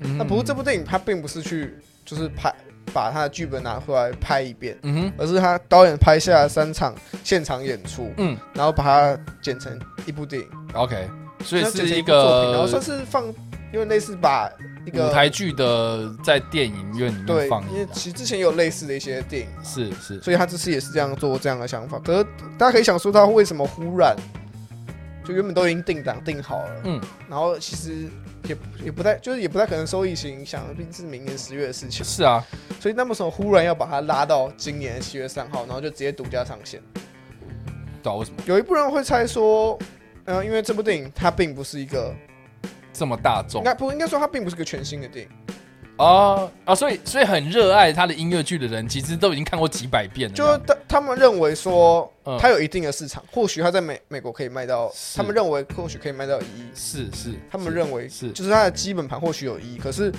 嗯那不过这，部电影它并不是去就是拍把它的剧本拿出来拍一遍，嗯哼，而是他导演拍下了三场现场演出，嗯然后把它剪成一部电影。 ，OK，所以那剪是成一部作品然后个算是放，因为类似把一个舞台剧的在电影院里面对放，因映为啊，其实之前有类似的一些电影，是是，所以他这次也是这样做这样的想法。可是大家可以想说，他为什么忽然就原本都已经定档定好了，嗯，然后其实也也不太就是也不太可能受疫情影响，毕竟是明年十月的事情，是啊，所以那么时候忽然要把它拉到今年七月三号，然后就直接独家上线。不知道为什么有一部分人会猜说，嗯、因为这部电影它并不是一个，这么大应众该不应该说它并不是个全新的电影，啊啊，所以所以很热爱他的音乐剧的人，其实都已经看过几百遍了这就是样，他他们认为说嗯它有一定的市场，或许它在美美国可以卖到，是他们认为或许可以卖到一亿，是是，他们是认为是就是它的基本盘或许有一亿，可是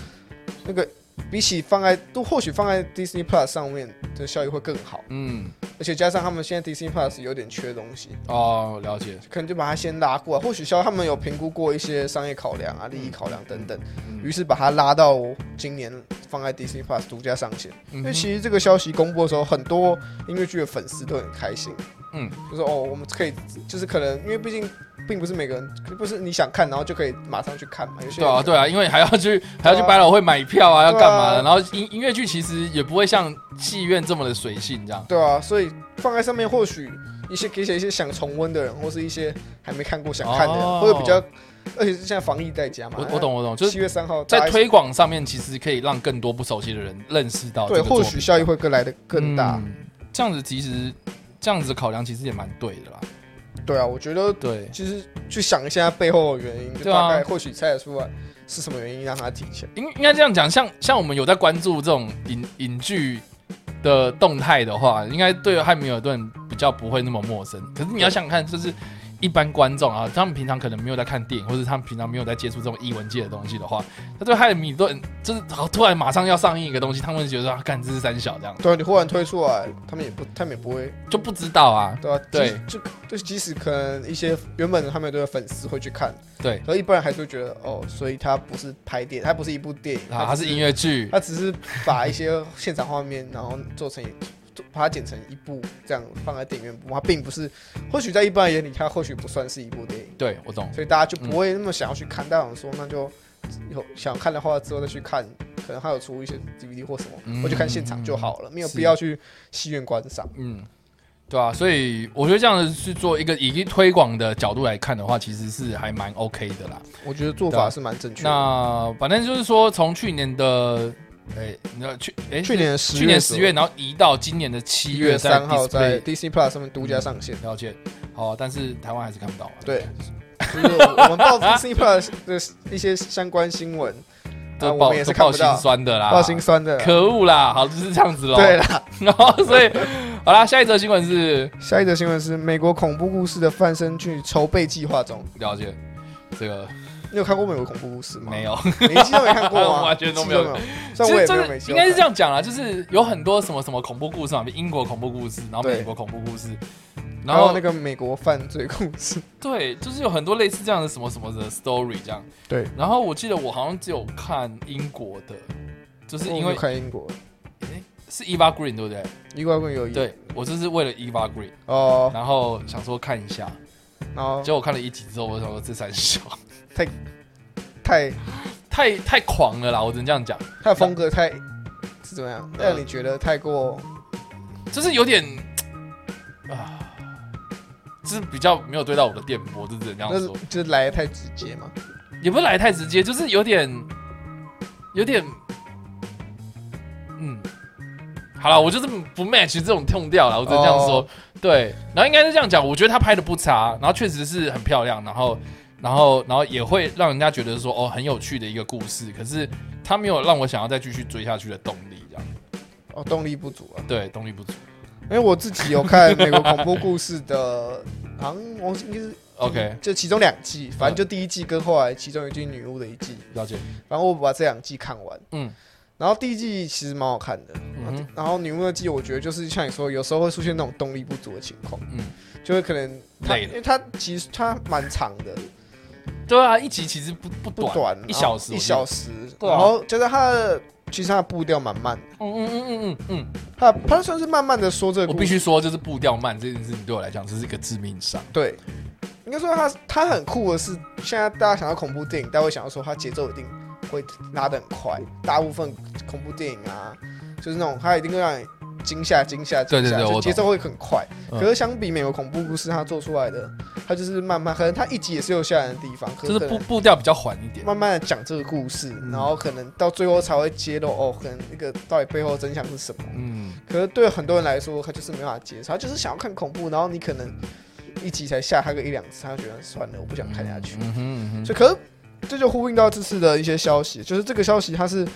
那个比起放在都或许放在 Disney Plus 上面的效益会更好，嗯而且加上他们现在 Disney Plus 有点缺东西，哦，了解，可能就把它先拉过来，或许肖他们有评估过一些商业考量啊、利益考量等嗯等，于是把它拉到今年放在 Disney Plus 独家上线。因因为其实这个消息公布的时候，很多音乐剧的粉丝都很开心，嗯，就说哦，我们可以，就是可能因为毕竟并不是每个人，不是你想看然后就可以马上去看嘛，有些对啊，人对啊，因为还要去还要去对啊百老汇买票啊，要对啊干嘛的？然后音音乐剧其实也不会像戏院这么的随性这样。对啊，所以放在上面或许一些给一些想重温的人，或是一些还没看过想看的哦人，会比较，而且是现在防疫在家嘛，我我懂我懂，就七是月三号大在家推广上面，其实可以让更多不熟悉的人认识到这对，个作或品许效益会更来的更大。嗯这样子其实这样子考量其实也蛮对的啦。对啊，我觉得对，其实去想一下背后的原因，就对啊大概或许猜得出来是什么原因让它提前。应应该这样讲，像像我们有在关注这种影影剧的动态的话，应该对汉密尔顿比较不会那么陌生。可是你要想想看，就是一般观众啊，他们平常可能没有在看电影，或者他们平常没有在接触这种译文界的东西的话，他对汉密尔顿就是好突然马上要上映一个东西，他们会觉得说啊，干这是三小这样，对啊，你忽然推出来，他们也不，他们也不会，就不知道啊。对吧、即对，就就即使可能一些原本他们的粉丝会去看，对然后一般人还是会觉得哦，所以它不是拍电，它不是一部电影，啊，它只是音，乐剧，它只是把一些现场画面，然后做成一。把它剪成一部这样放在电影院播，它并不是，或许在一般人眼里，它或许不算是一部电影。对我懂。所以大家就不会那么想要去看。大家想说，那就有想看的话之后再去看，可能还有出一些 DVD 或什么，嗯我就看现场就好了，没有是必要去戏院观赏。嗯，对啊，所以我觉得这样子去做一个以及推广的角度来看的话，其实是还蛮 OK 的啦。我觉得做对啊法是蛮正确的。那反正就是说，从去年的哎，那去哎去年十去年左十右月，然后移到今年的七一月月三号 display 在嗯 DC Plus 上面独家上线。了解。好，啊但是台湾还是看不到嘛。啊 对，就是我们报 DC Plus 的一些相关新闻，啊，都我爆们也是都看爆不心到，酸啊的啦，报心酸的。可恶啦！好，就是这样子喽。对，啦， 然后所以好啦，下一则新闻是下一则新闻是美国恐怖故事的翻身剧筹备计划中。了解这个你有看过美国恐怖故事吗？没，有。你一集都没看过吗？我 完全都没有一集都没有。其虽实就然我也没有每是集应都该是看这样讲啦，就是有很多什么什么恐怖故事嘛，比如英国恐怖故事，然后美对国恐怖故事，然然后后那个美国犯罪故事，对，就是有很多类似这样的什么什么的 story 这样。对，然后我记得我好像只有看英国的，就是因我没为有看英国，是 Eva Green 对不对？英国会有一对我就是为了 Eva Green，嗯哦，然后想说看一下，然后结果我看了一集之后，我想说这三小太 太太狂了啦，我只能这样讲，他的风格太是怎么样，呃让你觉得太过就是有点 啊，就是比较没有对到我的电波，就只能这样那说。就是来的太直接嘛？也不是来得太直接，就是有点，有点，嗯，好了，我就是不 match 这种痛调了，我只能这样说。哦对，然后应该是这样讲，我觉得他拍的不差，然后确实是很漂亮，然后，然后，然后也会让人家觉得说，哦，很有趣的一个故事。可是他没有让我想要再继续追下去的动力，这样哦，动力不足啊。对，动力不足。因为我自己有看美国恐怖故事的，好像我应该是 OK，嗯就其中两季，反正就第一季跟后来其中一季女巫的一季，了解。然后我把这两季看完，嗯然后第一季其实蛮好看的，嗯哼然后女巫的季我觉得就是像你说，有时候会出现那种动力不足的情况，嗯，就会可能它累了因为它其实它蛮长的，对啊，一集其实不不不短，短，一小时，一小时。时，对啊然后就是它的其实它的步调蛮慢的，嗯嗯嗯嗯嗯它它算是慢慢的说这嗯，个我故事，必须说，就是步调慢这件事情对我来讲，这是一个致命伤。对。应该说它它很酷的是，现在大家想到恐怖电影，大家会想到说它节奏一定会拉得很快，大部分恐怖电影啊，就是那种它一定会让你惊吓、惊吓、对惊对吓，对我就懂节奏会很快。嗯可是相比美国恐怖故事，它做出来的，它就是慢慢，可能它一集也是有吓人的地方，可就是可能步步调比较缓一点。慢慢的讲这个故事，嗯然后可能到最后才会揭露哦，可能那个到底背后的真相是什么。嗯，可是对很多人来说，他就是没办法接受，他就是想要看恐怖，然后你可能一集才吓他个一两次，他就觉得算了，我不想看下去。嗯哼嗯哼所以，可是这就呼应到这次的一些消息，就是这个消息它是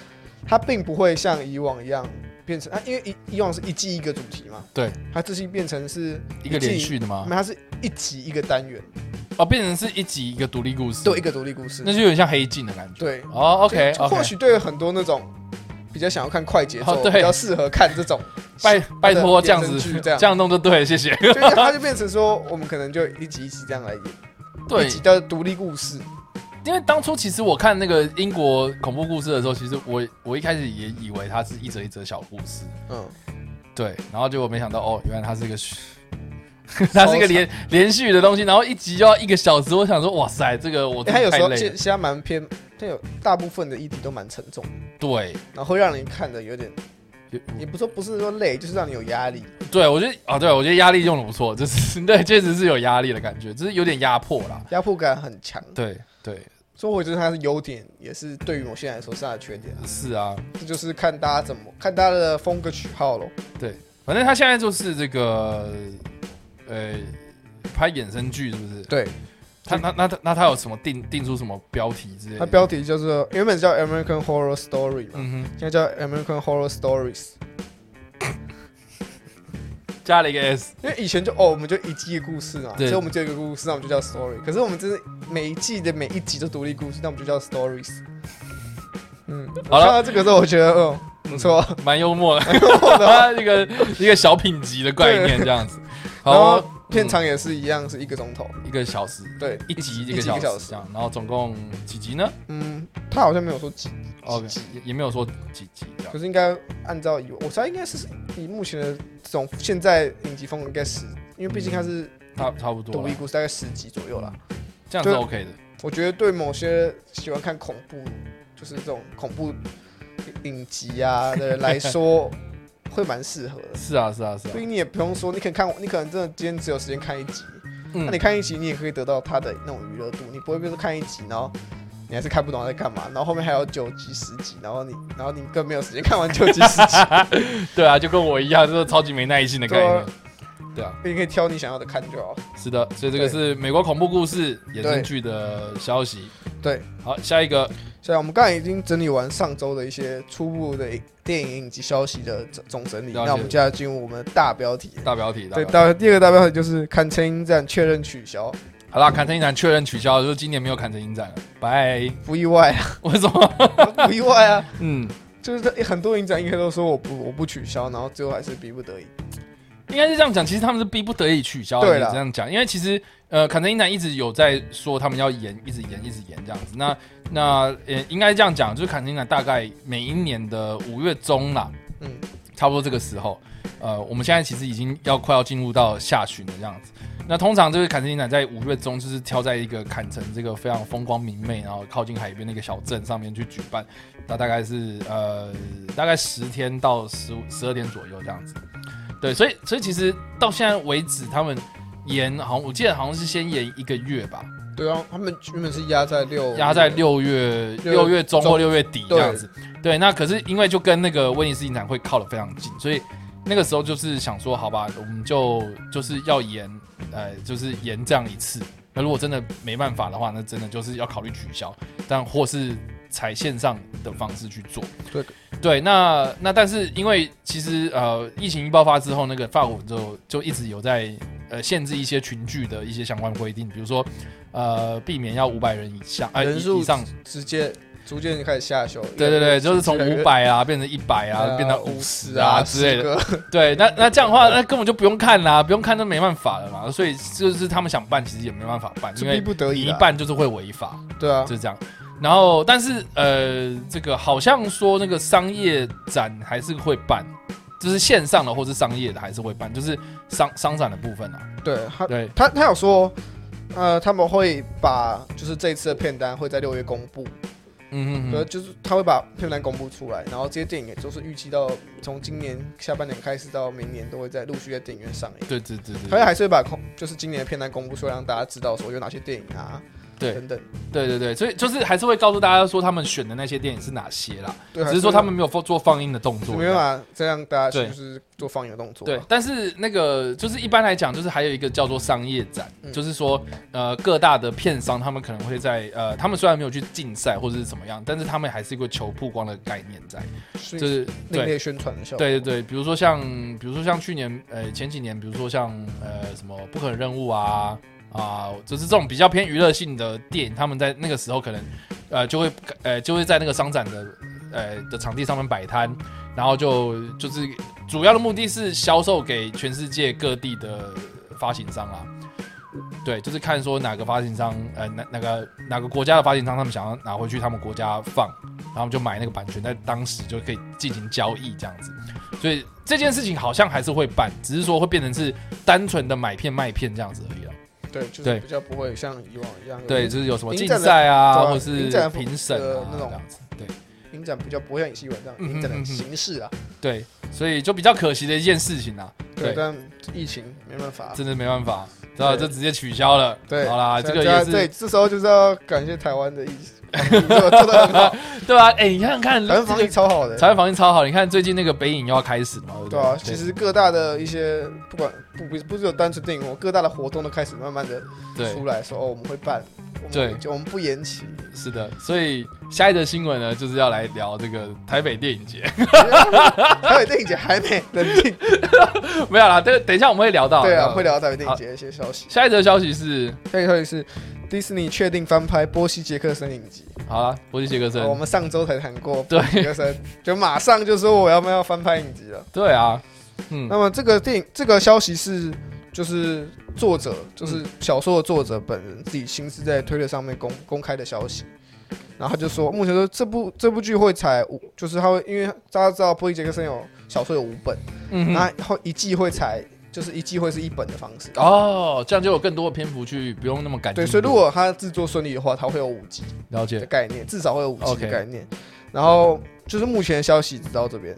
它并不会像以往一样变成啊，因为以以往是一季一个主题嘛，对，啊它这期变成是一个季连续的吗？没有，它是一集一个单元，哦，变成是一集一个独立故事，对，一，个独立故事，那就有点像黑镜的感觉。对，哦，OK 就就 OK，或许对于很多那种比较想要看快节奏，哦对比较适合看这种，拜拜托衍这样生子剧这样这样弄就对了，谢谢。就 它就变成说，我们可能就一集一集这样来演，对一，集的独立故事，因为当初其实我看那个英国恐怖故事的时候，其实我我一开始也以为它是一则一则小故事，嗯，对，然后结果没想到哦，原来它是一个续，它是一个连连续的东西，然后一集就要一个小时，我想说哇塞，这个我欸真它的有太时候累现了，现在蛮偏，它有大部分的议题都蛮沉重的，对。然后会让你看的有点，有也不说不是说累，就是让你有压力。对，我觉得啊，对我觉得压力用的不错，就是 对，确实是有压力的感觉，就是有点压迫啦。压迫感很强，对对，所以我觉得它是优点，也是对于某些人来说是它的缺点。是啊，这就是看大家怎么看大家的风格取号咯。对，反正他现在就是这个，呃，拍衍生剧是不是？对，他那那他那他有什么定定出什么标题之类的？它标题就是原本叫 American Horror Story 嘛，嗯现在叫 American Horror Stories，哼，加了一个 S，因为以前就哦，我们就一季的故事嘛，所对以我们就有一个故事，那我们就叫 Story。可是我们真是每一季的每一集都独立故事，那我们就叫 Stories。嗯，好我了看到这个时候，我觉得嗯不错。蛮幽默的， 他一个一个小品级的概念这样 子。然好哦啊后，片长也是一样，是一个钟头。一个小时，对，一集一一个集一个小小时时这样，然后总共几集呢嗯，他好像没有说几， ？OK，集也也没有说几集这样可。是应该按照以我猜应该是以目前的这种现在影集风格应该是，因为毕竟它是差差不多独了立，故事，大概十集左右啦。这样是对 OK 的。我觉得对某些喜欢看恐怖，就是这种恐怖影集啊的人来说，会蛮适合 的。是啊，是啊，是啊所以。你也不用说，你可能看，你可能真的今天只有时间看一集，那、嗯你，看一集，你也可以得到它的那种娱乐度，你不会变成看一集，然后你还是看不懂它在干嘛，然后后面还有九集、十集，然后你，然后你更没有时间看完九集、十集， 对啊，就跟我一样，就是超级没耐心的概念。对啊，你可以挑你想要的看就好。是的，所以这个对是美国恐怖故事衍生对剧的消息。对，好，下一个所以我们刚才已经整理完上周的一些初步的电影影集消息的总总整理，了解那我们接下来进入我们的大标题。大标题，大对， 标题大第二个大标题就是看陈英站确认取消，好啦，砍成影展确认取消，就是今年没有砍成影展了，拜。不意外啊，为什么？不意外啊， 嗯，就是这很多影展应该都说我不我不取消，然后最后还是逼不得已。应该是这样讲，其实他们是逼不得已取消，对你啦这样讲，因为其实呃，砍成影展一直有在说他们要延，一直延，一直延这样子。那那呃，应该这样讲，就是砍成影展大概每一年的五月中啦，嗯，差不多这个时候，呃，我们现在其实已经要快要进入到下旬的这样子。那通常这个坎城影展在五月中，就是挑在一个坎城这个非常风光明媚，然后靠近海边的一个小镇上面去举办。那大概是呃，大概十天到十十二天左右这样子。对，所以所以其实到现在为止，他们延好像我记得好像是先延一个月吧，对啊，他们原本是压在六，压在六月哦六六月中中或六月底这样子。对，那可是因为就跟那个威尼斯影展会靠得非常近，所以那个时候就是想说，好吧，我们就就是要延，呃，就是延这样一次。那如果真的没办法的话，那真的就是要考虑取消，但或是采线上的方式去做。对对，那那但是因为其实呃，疫情一爆发之后，那个法国就就一直有在呃限制一些群聚的一些相关规定，比如说呃避免要五百人以下，呃人以数以上直接逐渐开始下修。对对对，就是从越来越五百啊变成一百对啊，变到成五十十啊之类的。的。对，那那这样的话，那根本就不用看啦，不用看就没办法了嘛。所以就是他们想办，其实也没办法办，是因逼为不得你已一的啊，办就是会违法，对啊就，是这样。然后，但是呃，这个好像说那个商业展还是会办，就是线上的或是商业的还是会办，就是商商展的部分啊。对他对，他他有说，呃，他们会把就是这一次的片单会在六月公布，嗯嗯呃，嗯，就是他会把片单公布出来，然后这些电影也就是预期到从今年下半年开始到明年都会在陆续在电影院上映。对对对他对，还是会把公就是今年的片单公布出来，让大家知道说有哪些电影啊，对等等。对对对，所以就是还是会告诉大家说他们选的那些电影是哪些啦，对，只是说他们没有做做放映的动作，没办法再让大家对就是做放映的动作。啊对，，但是那个就是一般来讲，就是还有一个叫做商业展，嗯就是说呃各大的片商他们可能会在呃他们虽然没有去竞赛或者是怎么样，但是他们还是一个求曝光的概念在，所就以是对。另类宣传的效果。对对对，比如说像，比如说像去年，呃，前几年，比如说像，呃，什么不可能任务啊，啊、就是这种比较偏娱乐性的电影，他们在那个时候可能，呃，就会，呃，就会在那个商展的，呃的场地上面摆摊，然后就就是主要的目的是销售给全世界各地的发行商啦。对，就是看说哪个发行商，呃，哪哪个哪个国家的发行商，他们想要拿回去他们国家放，然后他们就买那个版权，在当时就可以进行交易这样子。所以这件事情好像还是会办，只是说会变成是单纯的买片卖片这样子而已了。对，就是对比较不会像以往一样。对，，就是有什么影竞展的赛啊，对啊或是嗯影展的评审呃啊那种这样子。对影展比较不会像影戏馆这样，嗯影展嗯嗯的嗯形式啊。对，所以就比较可惜的一件事情啊。对，对但疫情没办法。真的没办法，知道对这直接取消了。对，好啦，所这以个大也家是对，这时候就是要感谢台湾的疫情， 做的很好，对啊。哎，你看 看台湾防这疫个超好的。台湾防疫超好，你看最近那个北影又要开始了嘛，对不对对？啊，其实各大的一些不管不不不只有单纯电影哦，各大的活动都开始慢慢的对，出来说哦，我们会办，我们对就我们不延期， 是的，所以下一则新闻呢，就是要来聊这个台北电影节。 台北电影节还没冷静，没有啦，这个等一下我们会聊到。对啊，嗯会聊到台北电影节的一些消息。下一则消息是，下一个消息是迪士尼确定翻拍《波西·杰克森》影集，好了，我是杰克哦我森。们上周才谈过对 波西·杰克森，就马上就说我要不要翻拍影集了。对啊，嗯那么这个电影这个消息是就是作者就是小说的作者本人自己亲自在推特上面公公开的消息，然后他就说目前说这部这部剧会采五，就是他会因为大家知道波伊杰克森有小说有五本，嗯哼，那后一季会采就是一季会是一本的方式。哦，这样就有更多的篇幅去，不用那么赶。对，所以如果他制作顺利的话，他会有五集了的解，概念，至少会有五集 OK 的概念。然后就是目前的消息直到这边，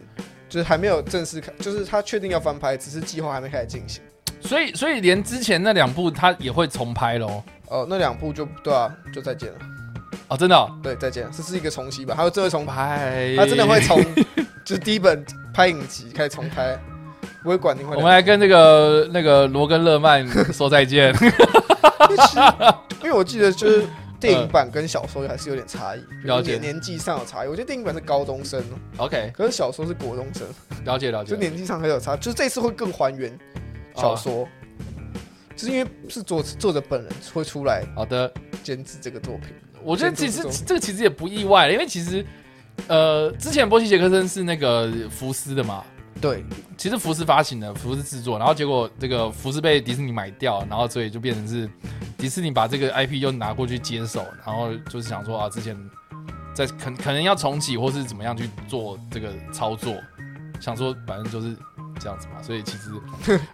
就是还没有正式开，就是他确定要翻拍，只是计划还没开始进行。所以所以连之前那两部他也会重拍喽。哦，那两部就对啊，就再见了，哦，真的哦啊对，再见了，这是一个重启吧？还有真的重拍，拍，他真的会。从，就是第一本拍影集开始重拍，不会管你会我们来跟那个那个罗根勒曼说再见。 因为我记得就是电影版跟小说还是有点差异，就嗯是了解年年纪上有差异。我觉得电影版是高中生，哦 OK，可是小说是国中生，了解了解。就啊年纪上还有差，就是这次会更还原小说，就是因为是作作者本人会出来好的，监制这个作品，我觉得其实监督制这个其实也不意外，因为其实呃，之前波西杰克森是那个福斯的嘛，对，其实福斯发行的，福斯制作，然后结果这个福斯被迪士尼买掉，然后所以就变成是迪士尼把这个 IP 又拿过去接手，然后就是想说啊，之前在可可能要重启或是怎么样去做这个操作，想说反正就是这样子嘛，所以其实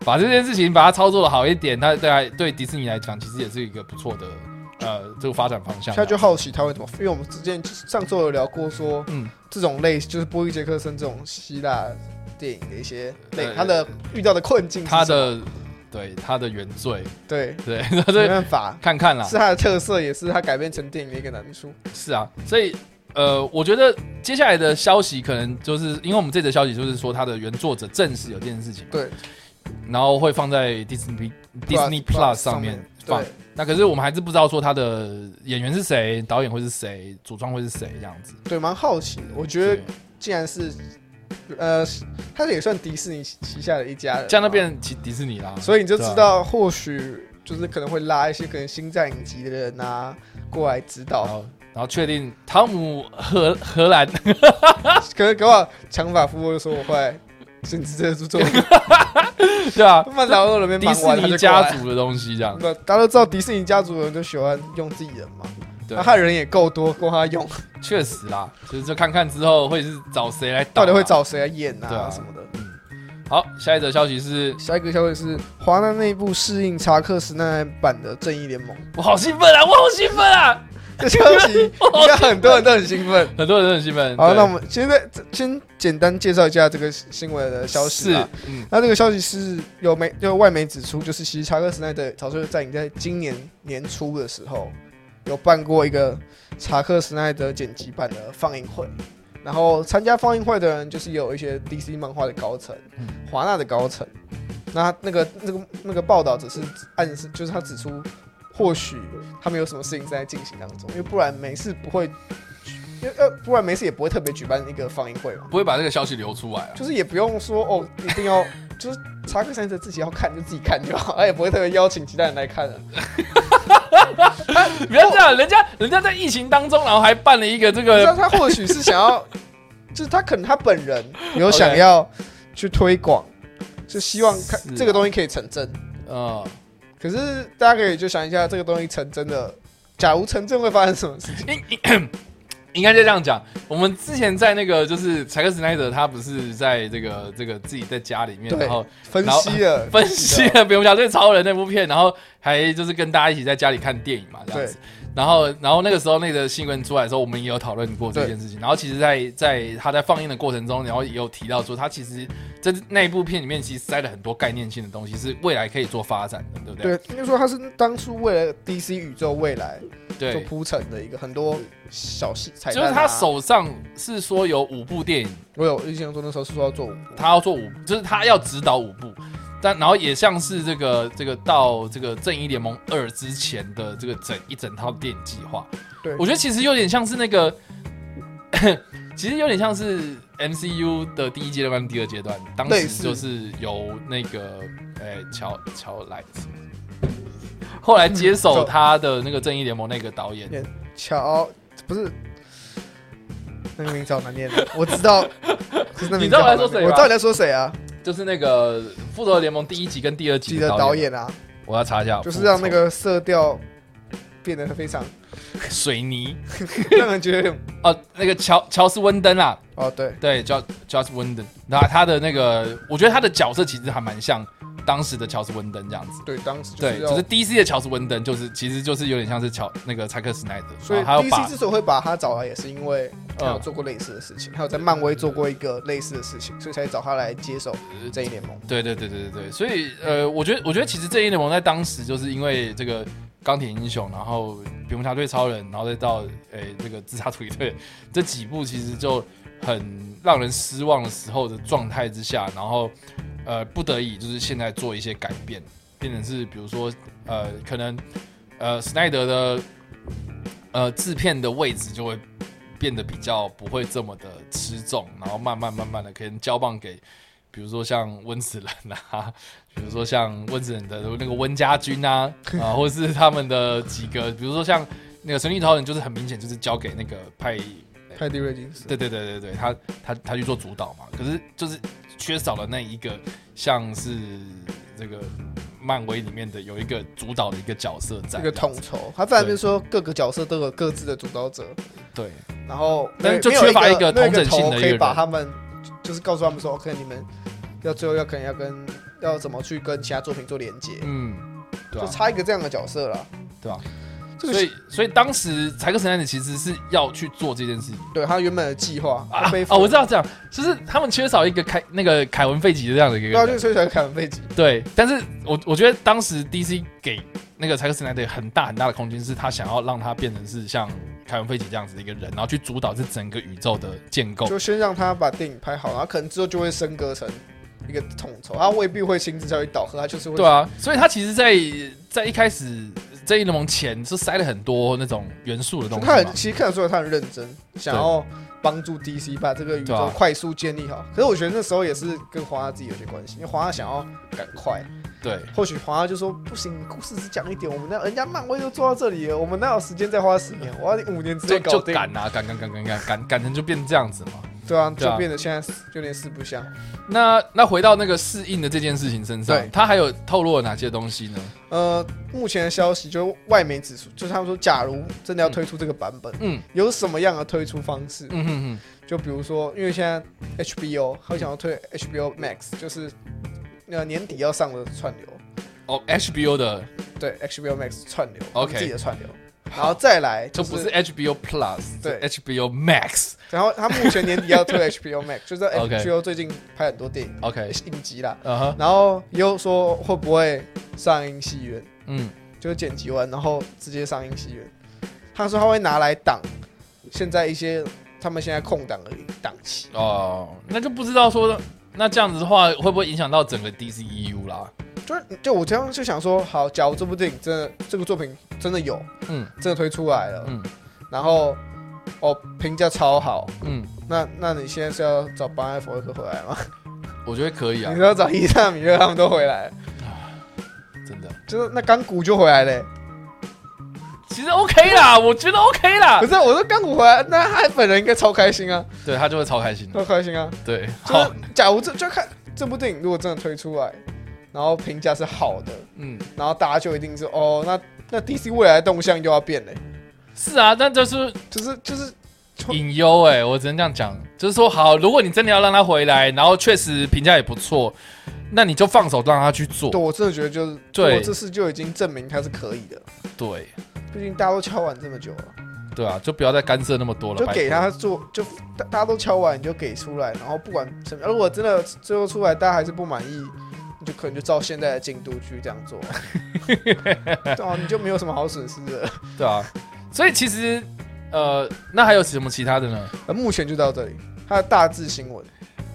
把这件事情把它操作的好一点，它对啊对迪士尼来讲其实也是一个不错的呃这个发展方向。现在就好奇他会怎么，因为我们之前上周有聊过说，嗯这种类就是波伊杰克森这种希腊电影的一些类呃，他的遇到的困境是什么，他的对他的原罪，对，对， 没对，办法，看看啦，是他的特色，也是他改编成电影的一个难处。是啊，所以呃，我觉得接下来的消息可能就是因为我们这则消息就是说它的原作者证实有这件事情嘛，对然后会放在 Disney Disney Plus 上面放啊对。，那可是我们还是不知道说他的演员是谁，导演会是谁，主创会是谁这样子。对，蛮好奇的。我觉得既然是，呃，他也算迪士尼旗下的一家人，啊这样就，变迪迪士尼啦，所以你就知对啊。道，或许就是可能会拉一些可能星战影集的人啊过来指啊然导，后，然后确定汤姆荷荷兰 可能搞不好强法夫就说我会甚至这 是做对啊，慢老二那边迪 忙完士他尼就过来家族的东西这样，那大家都知道迪士尼家族的人都喜欢用自己人嘛，对那，他人也够多，够他 用，确实啦，就是就看看之后会是找谁来导啊，到底会找谁来演对啊啊什么的。好，下一则消息是下一个消息是华 纳内部适应查克·史奈版的《正义联盟》，我好兴奋啊！我好兴奋啊！这消息应该很多人都很兴奋。啊很多人都很兴奋。好，对那我们现在这先简单介绍一下这个新闻的消息是啊。嗯那这个消息是有媒有外媒指出，就是其实查克·斯奈德早就在你在今年年初的时候有办过一个查克·斯奈德剪辑版的放映会，然后参加放映会的人就是有一些 DC 漫画的高层嗯、华纳的高层。那那个那个那个报道只是暗示，就是他指出，或许他们有什么事情正在进行当中，因为不然没事不会，因为呃不然没事也不会特别举办一个放映会嘛。不会把这个消息流出来啊。就是也不用说哦，一定要就是查克·三德自己要看就自己看就好，他也不会特别邀请其他人来看的。啊 不要这样，人家人家在疫情当中，然后还办了一个这你知道个，他或许是啊想要，就是他可能他本人有 OK 想要去推广，就希望看是啊这个东西可以成真。嗯，可是大家可以就想一下，这个东西成真的，假如成真会发生什么事情？应应应该就这样讲。我们之前在那个就是柴克斯奈德，他不是在这个这个自己在家里面，对然后分析了， 分析了《蝙蝠侠对超人》那部片，然后还就是跟大家一起在家里看电影嘛，这样子。然后，然后那个时候那个新闻出来的时候，我们也有讨论过这件事情。然后，其实在，在他在放映的过程中，然后也有提到说，他其实在那一部片里面其实塞了很多概念性的东西，是未来可以做发展的，对不对？对，应该说他是当初为了 DC 宇宙未来对，做铺陈的一个很多小细彩就蛋啊。是他手上是说有五部电影，我有印象中那时候是说要做五部，他要做五，就是他要指导五部，但然后也像是这个这个到这个正义联盟二之前的这个整一整套电影计划。对我觉得其实有点像是那个， 其实有点像是 MCU 的第一阶段跟第二阶段，当类时似就是由那个哎乔乔莱斯，后来接手他的那个正义联盟那个导演，乔不是那个名字好难念的，我知道，可是那名字你知道我在好难念说谁吧我知道你在说谁啊？就是那个复仇者联盟第一集跟第二集记得导演，演啊，我要查一下，就是让那个色调变得非常 水泥。让人觉得有点哦，那个乔乔斯温登啦，哦，对，对，乔乔斯温登，那他的那个，我觉得他的角色其实还蛮像当时的乔斯温登这样子。对，当时就对，是只要是。DC 的乔斯温登就是其实就是有点像是乔那个查克史奈德，所以然后他有 DC 把之所以会啊把他嗯找来，也是因为他有做过类似的事情，还有在漫威做过一个类似的事情，所以才找他来接手这一联盟。对对对对对对，所以呃，我觉得我觉得其实正义联盟在当时就是因为这个钢铁英雄，然后蝙蝠侠对超人，然后再到诶、这个自杀突击队这几部，其实就很让人失望的时候的状态之下，然后呃不得已就是现在做一些改变，变成是比如说呃可能呃史奈德的呃制片的位置就会变得比较不会这么的吃重，然后慢慢慢慢的可能交棒给。比如说像温子仁啊，比如说像温子仁的那个温家军 啊，啊，或者是他们的几个，比如说像那个神力超人，就是很明显就是交给那个派，泰迪瑞金斯，对对对对对，他他他去做主导嘛。可是就是缺少了那一个像是这个漫威里面的有一个主导的一个角色在，这个统筹，他反正就是说各个角色都有各自的主导者，对然后但没就没有缺乏一一个没有同整性头的一可个以把人他们就是告诉他们说，OK，你们要最后要可能要跟要怎么去跟其他作品做连接，嗯，对就啊，差一个这样的角色了。对啊，这个所以所以当时柴克神奈德其实是要去做这件事情。对他原本的计划啊被啊！我知道这样，就是他们缺少一个凯那个凯文费奇这样的一个然后人啊就，吹起来砍飞机，对。但是我我觉得当时 DC 给那个柴克斯奈德很大很大的空间，是他想要让他变成是像凯文费奇这样子的一个人，然后去主导这整个宇宙的建构。就先让他把电影拍好，然后可能之后就会升格成一个统筹，他未必会亲自下去导和他就是会对啊，所以他其实在，在一开始正义联盟前是塞了很多那种元素的就东西嘛他很，其实看得出来他很认真，想要帮助 DC 把这个宇对宙啊快速建立好。可是我觉得那时候也是跟华纳自己有些关系，因为华纳想要赶快，对或许华纳就说不行，故事只讲一点，我们那人家漫威都做到这里了，我们哪有时间再花十年？我要五年之就内搞嗯就定，赶啊赶赶赶赶赶赶赶成就变这样子嘛。对啊，对啊就变得现在有点四不像。那那回到那个适应的这件事情身上对，他还有透露了哪些东西呢？呃，目前的消息就是外媒指出，就是他们说，假如真的要推出这个版本，嗯有什么样的推出方式？嗯哼哼。就比如说，因为现在 HBO 他想要推 HBO Max，就是呃年底要上的串流，哦，HBO 的对 HBO Max 串流 OK 自己的串流。然后 再来就不是 HBO Plus，对是，HBO Max。然后他目前年底要推 HBO Max，就是 OK HBO 最近拍很多电影呃 OK，影集啦，嗯哼，然后又说会不会上映戏院，嗯，就是剪辑完然后直接上映戏院。他说他会拿来挡现在一些他们现在空档的档期，哦，那就不知道说，那这样子的话会不会影响到整个 DCEU 啦？就是就我这样就想说，好，假如这部电影真的这个作品真的有嗯真的推出来了，嗯然后哦评价超好，嗯，那那你现在是要找班艾弗洛克回来吗？我觉得可以啊你，说找伊萨米勒他们都回来了，真的，就是那钢骨就回来了、其实 OK 啦，我觉得 OK 啦不。是，我说钢骨回来，那他本人应该超开心啊，对他就会超开心的，超开心啊。对，就好是，假如这就看这部电影，如果真的推出来，然后评价是好的，嗯，然后大家就一定是哦，那那 DC 未来的动向又要变嘞、是啊，但就是就是就是隐忧哎，我只能这样讲，就是说好，如果你真的要让他回来，然后确实评价也不错，那你就放手让他去做对，我真的觉得就是对我这次就已经证明他是可以的，对毕竟大家都敲完这么久了，对啊，就不要再干涉那么多了，就拜托给他做，就大大家都敲完你就给出来，然后不管什么，如果真的最后出来大家还是不满意。你就可能就照现在的进度去这样 做，对啊，你就没有什么好损失的。对啊，所以其实呃，那还有什么其他的呢？呃目前就到这里，他的大致新 闻。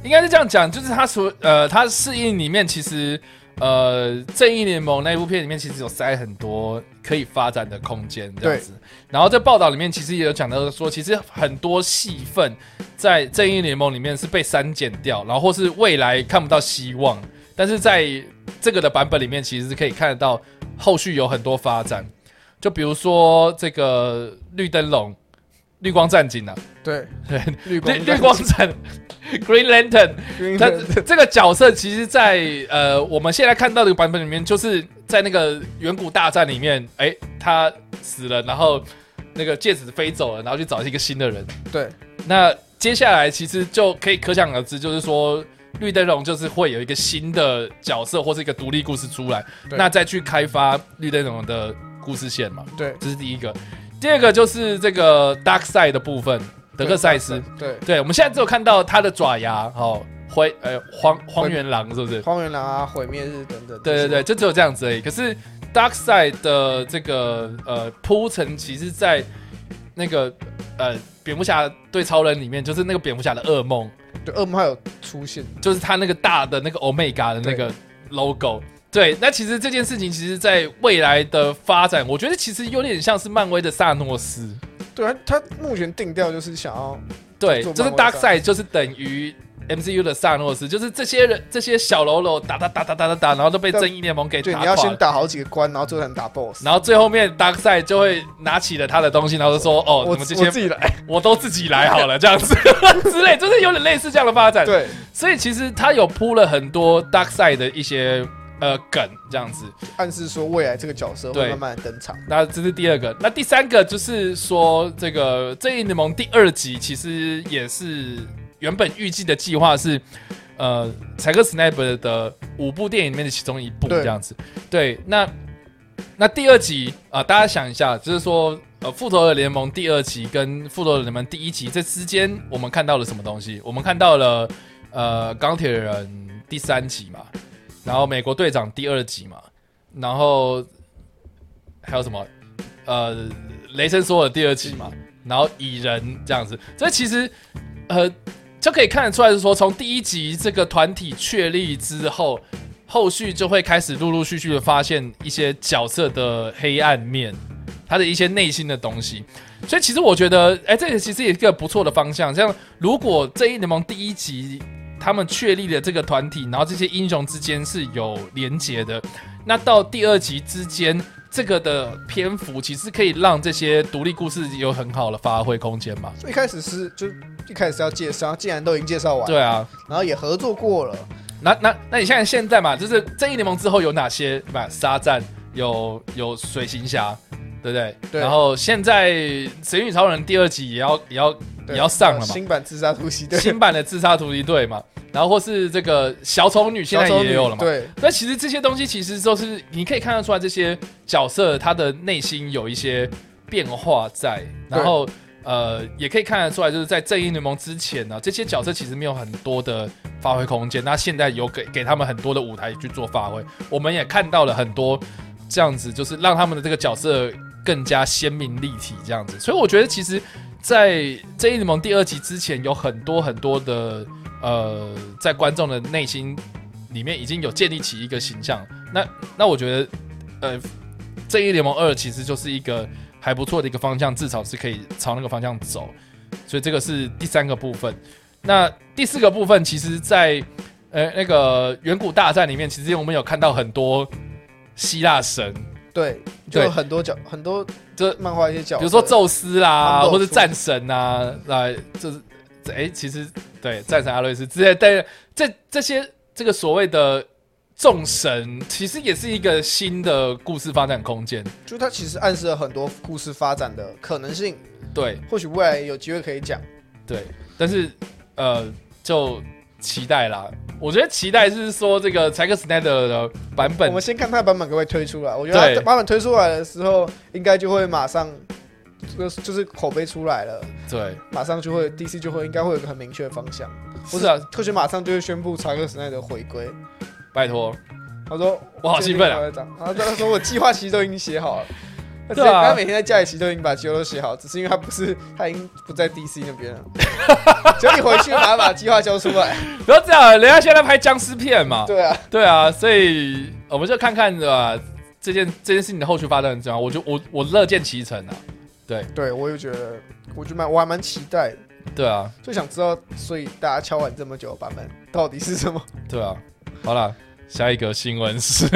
应该是这样讲，就是他所呃，他适应里面其实呃，正义联盟那一部片里面其实有塞很多可以发展的空间这样子。然后在报道里面其实也有讲到说，其实很多戏份在正义联盟里面是被删减掉，然后或是未来看不到希望，但是在这个的版本里面其实是可以看得到后续有很多发展，就比如说这个绿灯笼、绿光战警啊，对， 绿绿光绿光战 Green Lantern。 绿他光这个角色其实在，呃我们现在看到的版本里面，就是在那个远古大战里面，哎、他死了，然后那个戒指飞走了，然后去找一个新的人。对，那接下来其实就可以可想而知，就是说绿灯笼就是会有一个新的角色或是一个独立故事出来，对那再去开发绿灯笼的故事线嘛。对，这是第一个，第二个就是这个 Dark Side 的部分，德克赛斯。 对，对，我们现在只有看到他的爪牙，哦，灰呃荒荒原狼是不是？荒原狼啊，毁灭日等等。对对对，，就只有这样子而已。可是 Dark Side 的这个呃铺陈，其实在那个呃蝙蝠侠对超人里面，就是那个蝙蝠侠的噩梦，就恶魔还有出现，就是他那个大的那个 Omega 的那个 logo。对，那其实这件事情，其实在未来的发展，我觉得其实有点像是漫威的萨诺斯。对啊，他目前定调就是想要，对，做就是 Dark 漫威的 Side 就是等于 MCU 的萨诺斯，就是这些人这些小喽啰打打打打打打打，然后都被但正义联盟给对，打你要垮先了。嗯打好几个关，然后最后才能打 BOSS。然后最后面 Dark Side 就会拿起了他的东西，然后就说：“哦，我你们这些我自己来，我都自己来好了，这样 子之类，就是有点类似这样的发展。 对，所以其实他有铺了很多 Dark Side 的一些呃梗，这样子。暗示说未来这个角色对会慢慢地登场。那这是第二个，那第三个就是说，这个《正义联盟》第二集其实也是原本预计的计划是，呃，柴克斯奈伯的五部电影里面的其中一部对这样子。对，那那第二集啊、呃大家想一下，就是说，呃，《复仇者联盟》第二集跟《复仇者联盟》第一集这之间，我们看到了什么东西？我们看到了呃，《钢铁人》第三集嘛，然后《美国队长》第二集嘛，然后还有什么？呃，《雷神索尔》第二集嘛，然后《蚁人》这样子，所以其实呃，就可以看得出来是说，从第一集这个团体确立之后，后续就会开始陆陆续续的发现一些角色的黑暗面，他的一些内心的东西。所以其实我觉得，哎、这个其实也是一个不错的方向。像如果《正义联盟》第一集他们确立了这个团体，然后这些英雄之间是有连结的，那到第二集之间。这个的篇幅其实可以让这些独立故事有很好的发挥空间嘛？所以一开始是就一开始要介绍，既然都已经介绍完，对啊，然后也合作过了，那那那你现在现在嘛，就是正义联盟之后有哪些嘛？沙赞有有水行侠，对不对？对然后现在《神与超人》第二集也要也要对也要上了嘛新版自杀突袭，对，新版的自杀突击队嘛，然后或是这个小丑女现在小丑女也有了嘛。对，那其实这些东西其实都是你可以看得出来，这些角色他的内心有一些变化在，对然后呃，也可以看得出来，就是在正义联盟之前啊呢、这些角色其实没有很多的发挥空间，那现在有给给他们很多的舞台去做发挥，我们也看到了很多这样子，就是让他们的这个角色更加鲜明立体这样子，所以我觉得其实，在正义联盟第二集之前，有很多很多的呃，在观众的内心里面已经有建立起一个形象，那那我觉得呃。正义联盟二其实就是一个还不错的一个方向，至少是可以朝那个方向走。所以这个是第三个部分。那第四个部分，其实在，呃那个远古大战里面，其实我们有看到很多希腊神，对，就对有很多角，很多这漫画一些角色，比如说宙斯他啦，们都有或者出战神啊，来就是这哎、其实对战神阿瑞斯之类，但是这这些这个所谓的众神，其实也是一个新的故事发展空间。就它其实暗示了很多故事发展的可能性，对，或许未来有机会可以讲。对，但是呃，就期待啦。我觉得期待是说这个柴克斯奈德的版我本们，先看它的版本可不可以推出来，我觉得它对版本推出来的时候，应该就会马上，就是就是口碑出来了，对，马上就会 DC 就会应该会有一个很明确的方向，或是者啊，特许马上就会宣布查克·史奈德回归。拜托，他说我好兴奋啊！他他说我计划其实都已经写好 了。他对啊他每天在假里其实都已经把计划都写好，只是因为他不是他已经不在 DC 那边了。 只要你回去把把计划交出来。 不要这样，人家现在拍僵尸片嘛，对啊，对啊，所以呃我们就看看对吧？这件这件事情的后续发展怎样，我就我我乐见其成啊，对我也觉得，我就蛮我还蛮期待的，对啊，就想知道，所以大家敲完这么久的版本到底是什 么？对啊，好啦，下一个新闻是，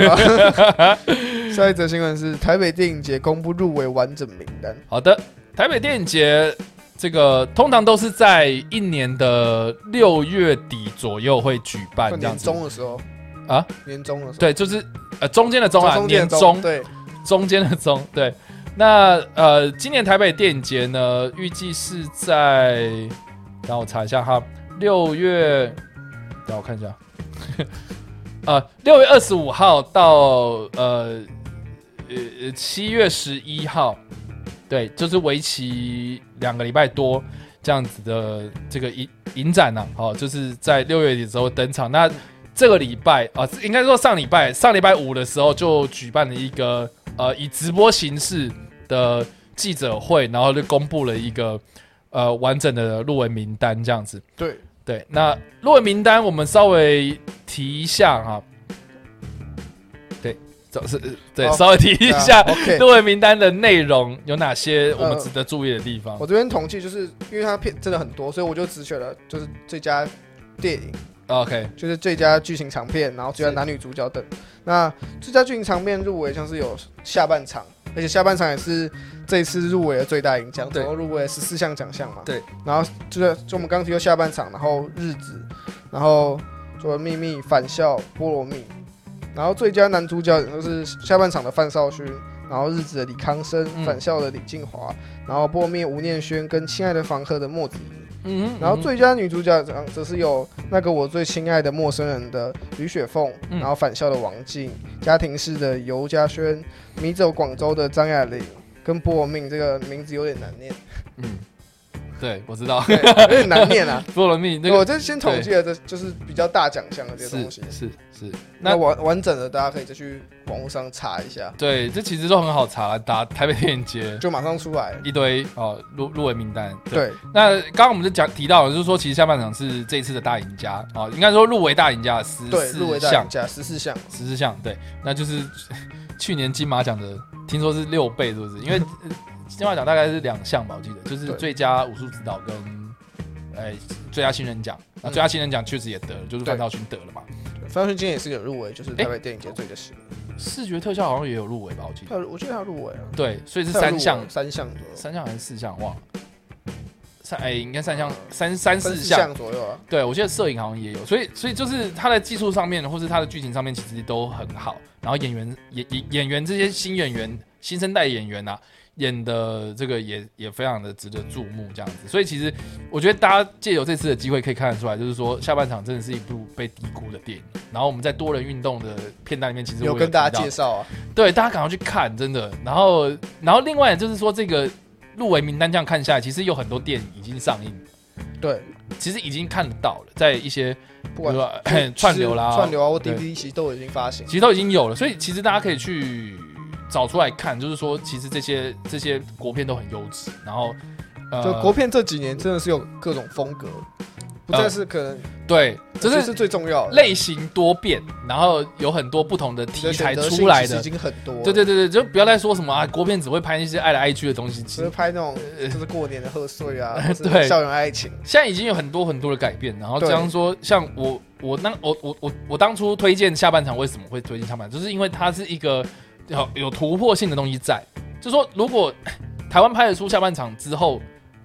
下一则新闻是台北电影节公布入围完整名单，好的，台北电影节这个通常都是在一年的六月底左右会举办就啊这样年子终的时候啊，年终的时候，对，就是呃中间的中啊，中间年的中对，中间的中，对。那呃，今年台北电影节呢，预计是在，让我查一下哈，六月，让我看一下， 呃，六月二十五号到呃呃七月十一号，对，就是为期两个礼拜多这样子的这个影影展呢、好、就是在六月底的时候登场。那这个礼拜啊、呃应该说上礼拜，上礼拜五的时候就举办了一个呃以直播形式的记者会，然后就公布了一个呃完整的入围名单这样子。对，对，那入围名单我们稍微提一下哈。对，总是呃对，好稍微提一下对啊 OK， 入围名单的内容有哪些我们值得注意的地方我这边统计就是因为它片真的很多，所以我就只选了就是最佳电影， ？OK，就是最佳剧情长片，然后最佳男女主角等。那最佳剧情长片入围像是有下半场，而且下半场也是这一次入围的最大赢奖，哦对总共入围十四项奖项嘛。对。然后就是就我们刚提到下半场，然后日子，然后做秘密、返校、菠萝蜜，然后最佳男主角也就是下半场的范少勋。然后日子的李康生，嗯返校的李静华，然后菠萝蜜吴念轩跟亲爱的房客的莫子仪，嗯哼然后嗯哼最佳女主角奖则是有那个我最亲爱的陌生人的吕雪凤，嗯然后返校的王静，家庭式的尤嘉轩，迷走广州的张亚玲，跟波命这个名字有点难念，嗯，对，我知道，对有点难念啊。菠萝蜜 那我个这先统计了，这就是比较大奖项的这些是东西。是是，那那完完整的，大家可以再去网络上查一下，对，这其实都很好查，打台北电影节就马上出来。一堆哦入入围名单，对对，那刚刚我们就讲提到了，就是说其实下半场是这一次的大赢家啊、哦应该说入围大赢家十对，入围四大项奖，加十四项，十四项，对，那就是 去年金马奖的，听说是六倍，是不是？因 为呃金马奖大概是两项吧，我记得，就是对最佳武术指导跟哎最佳新人奖，那嗯最佳新人奖确实也得了，就是对范少勋得了嘛。范晓萱今天也是有入围，就是哎台北电影节最佳新人。视觉特效好像也有入围吧，我记他得。有我记得他有入围啊，对，所以是他有入三围项，三项左右。三项还是四项忘了。三哎，应该三项三三四项，左右啊。对，我记得摄影好像也有，所以所以就是它的技术上面，或是它的剧情上面，其实都很好。然后演员演演演员这些新演员、新生代演员啊，演的这个也也非常的值得注目，这样子。所以其实我觉得大家借由这次的机会可以看得出来，就是说下半场真的是一部被低估的电影。然后我们在多人运动的片段里面，其实我有跟大提家到介绍啊，对，大家赶快去看，真的。然后，然后另外就是说，这个入围名单这样看下来，其实有很多电影已经上映， 对，其实已经看得到了，在一些比如不管说 串流啦、串流啊或对 DVD 其实都已经发行其。实都已经有了，所以其实大家可以去找出来看，就是说，其实这些这些国片都很优质，然后呃，就国片这几年真的是有各种风格，不再是可能，对，这呃就是是是最重要的。类型多变，然后有很多不同的你题的材选择性出来其实的已。经很多了，对对对对，就不要再说什么啊，国片只会拍一些爱来爱去的东西，其只实是拍那种就是过年的贺岁啊，或是呃对校园爱情，现在已经有很多很多的改变，然后这对样说，像我我那我我我我当初推荐下半场为什么会推荐下半场，就是因为它是一个有有突破性的东西在，就说如果呃台湾拍得出下半场之后，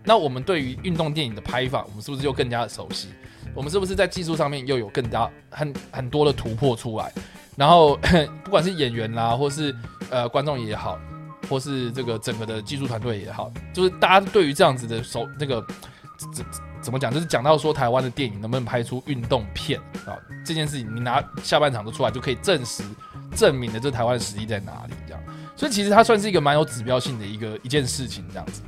那我们对于运动电影的拍法，我们是不是又更加的熟悉？我们是不是在技术上面又有更加很很多的突破出来？然后呃不管是演员啦，或是呃观众也好，或是这个整个的技术团队也好，就是大家对于这样子的手那个怎怎么讲，就是讲到说台湾的电影能不能拍出运动片啊这件事情，你拿下半场都出来就可以证实证明了这台湾的实力在哪里这样。所以其实它算是一个蛮有指标性的一个一件事情这样子。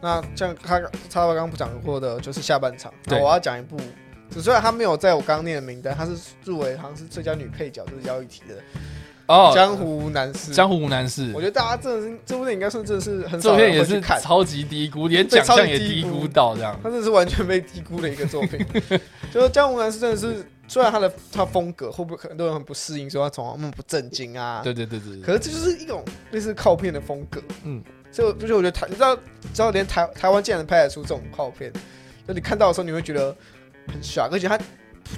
那像他他刚刚不讲过的，就是下半场。那对我要讲一部，只虽然他没有在我刚刚念的名单，他是入围好像是最佳女配角，就是姚雨缇的哦《江湖男士》。江湖无难事我，觉得大家真的是这部电影应该算真的是很这少部片人也会去是看，超级低估，连奖项也低估到这样 它。真的是完全被低估的一个作品。就是《江湖男士》真的是，虽然他的他风格会不会很多人很不适应，说他从那么不正经啊，对对对对对，可是这就是一种类似靠片的风格，嗯嗯，所以我就是我觉得台，你知道，你知道连台台湾竟然拍得出这种靠片，就你看到的时候你会觉得很 shock，而且他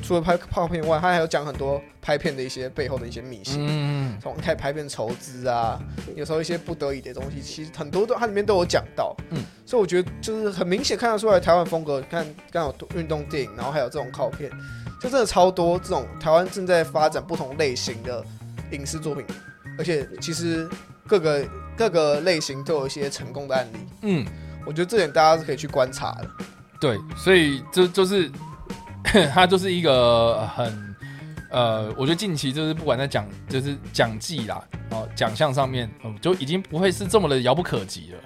除了拍靠片外，他还有讲很多拍片的一些背后的一些秘辛，嗯，从、一开始拍片筹资啊，有时候一些不得已的东西，其实很多都它里面都有讲到，嗯嗯，所以我觉得就是很明显看得出来台湾风格，看刚好运动电影，然后还有这种靠片，就真的超多这种台湾正在发展不同类型的影视作品，而且其实各个各个类型都有一些成功的案例，嗯，我觉得这点大家是可以去观察的。对，所以这就是 它就是一个很呃，我觉得近期就是不管在讲就是奖季啦，哦奖项上面，嗯，就已经不会是这么的遥不可及了，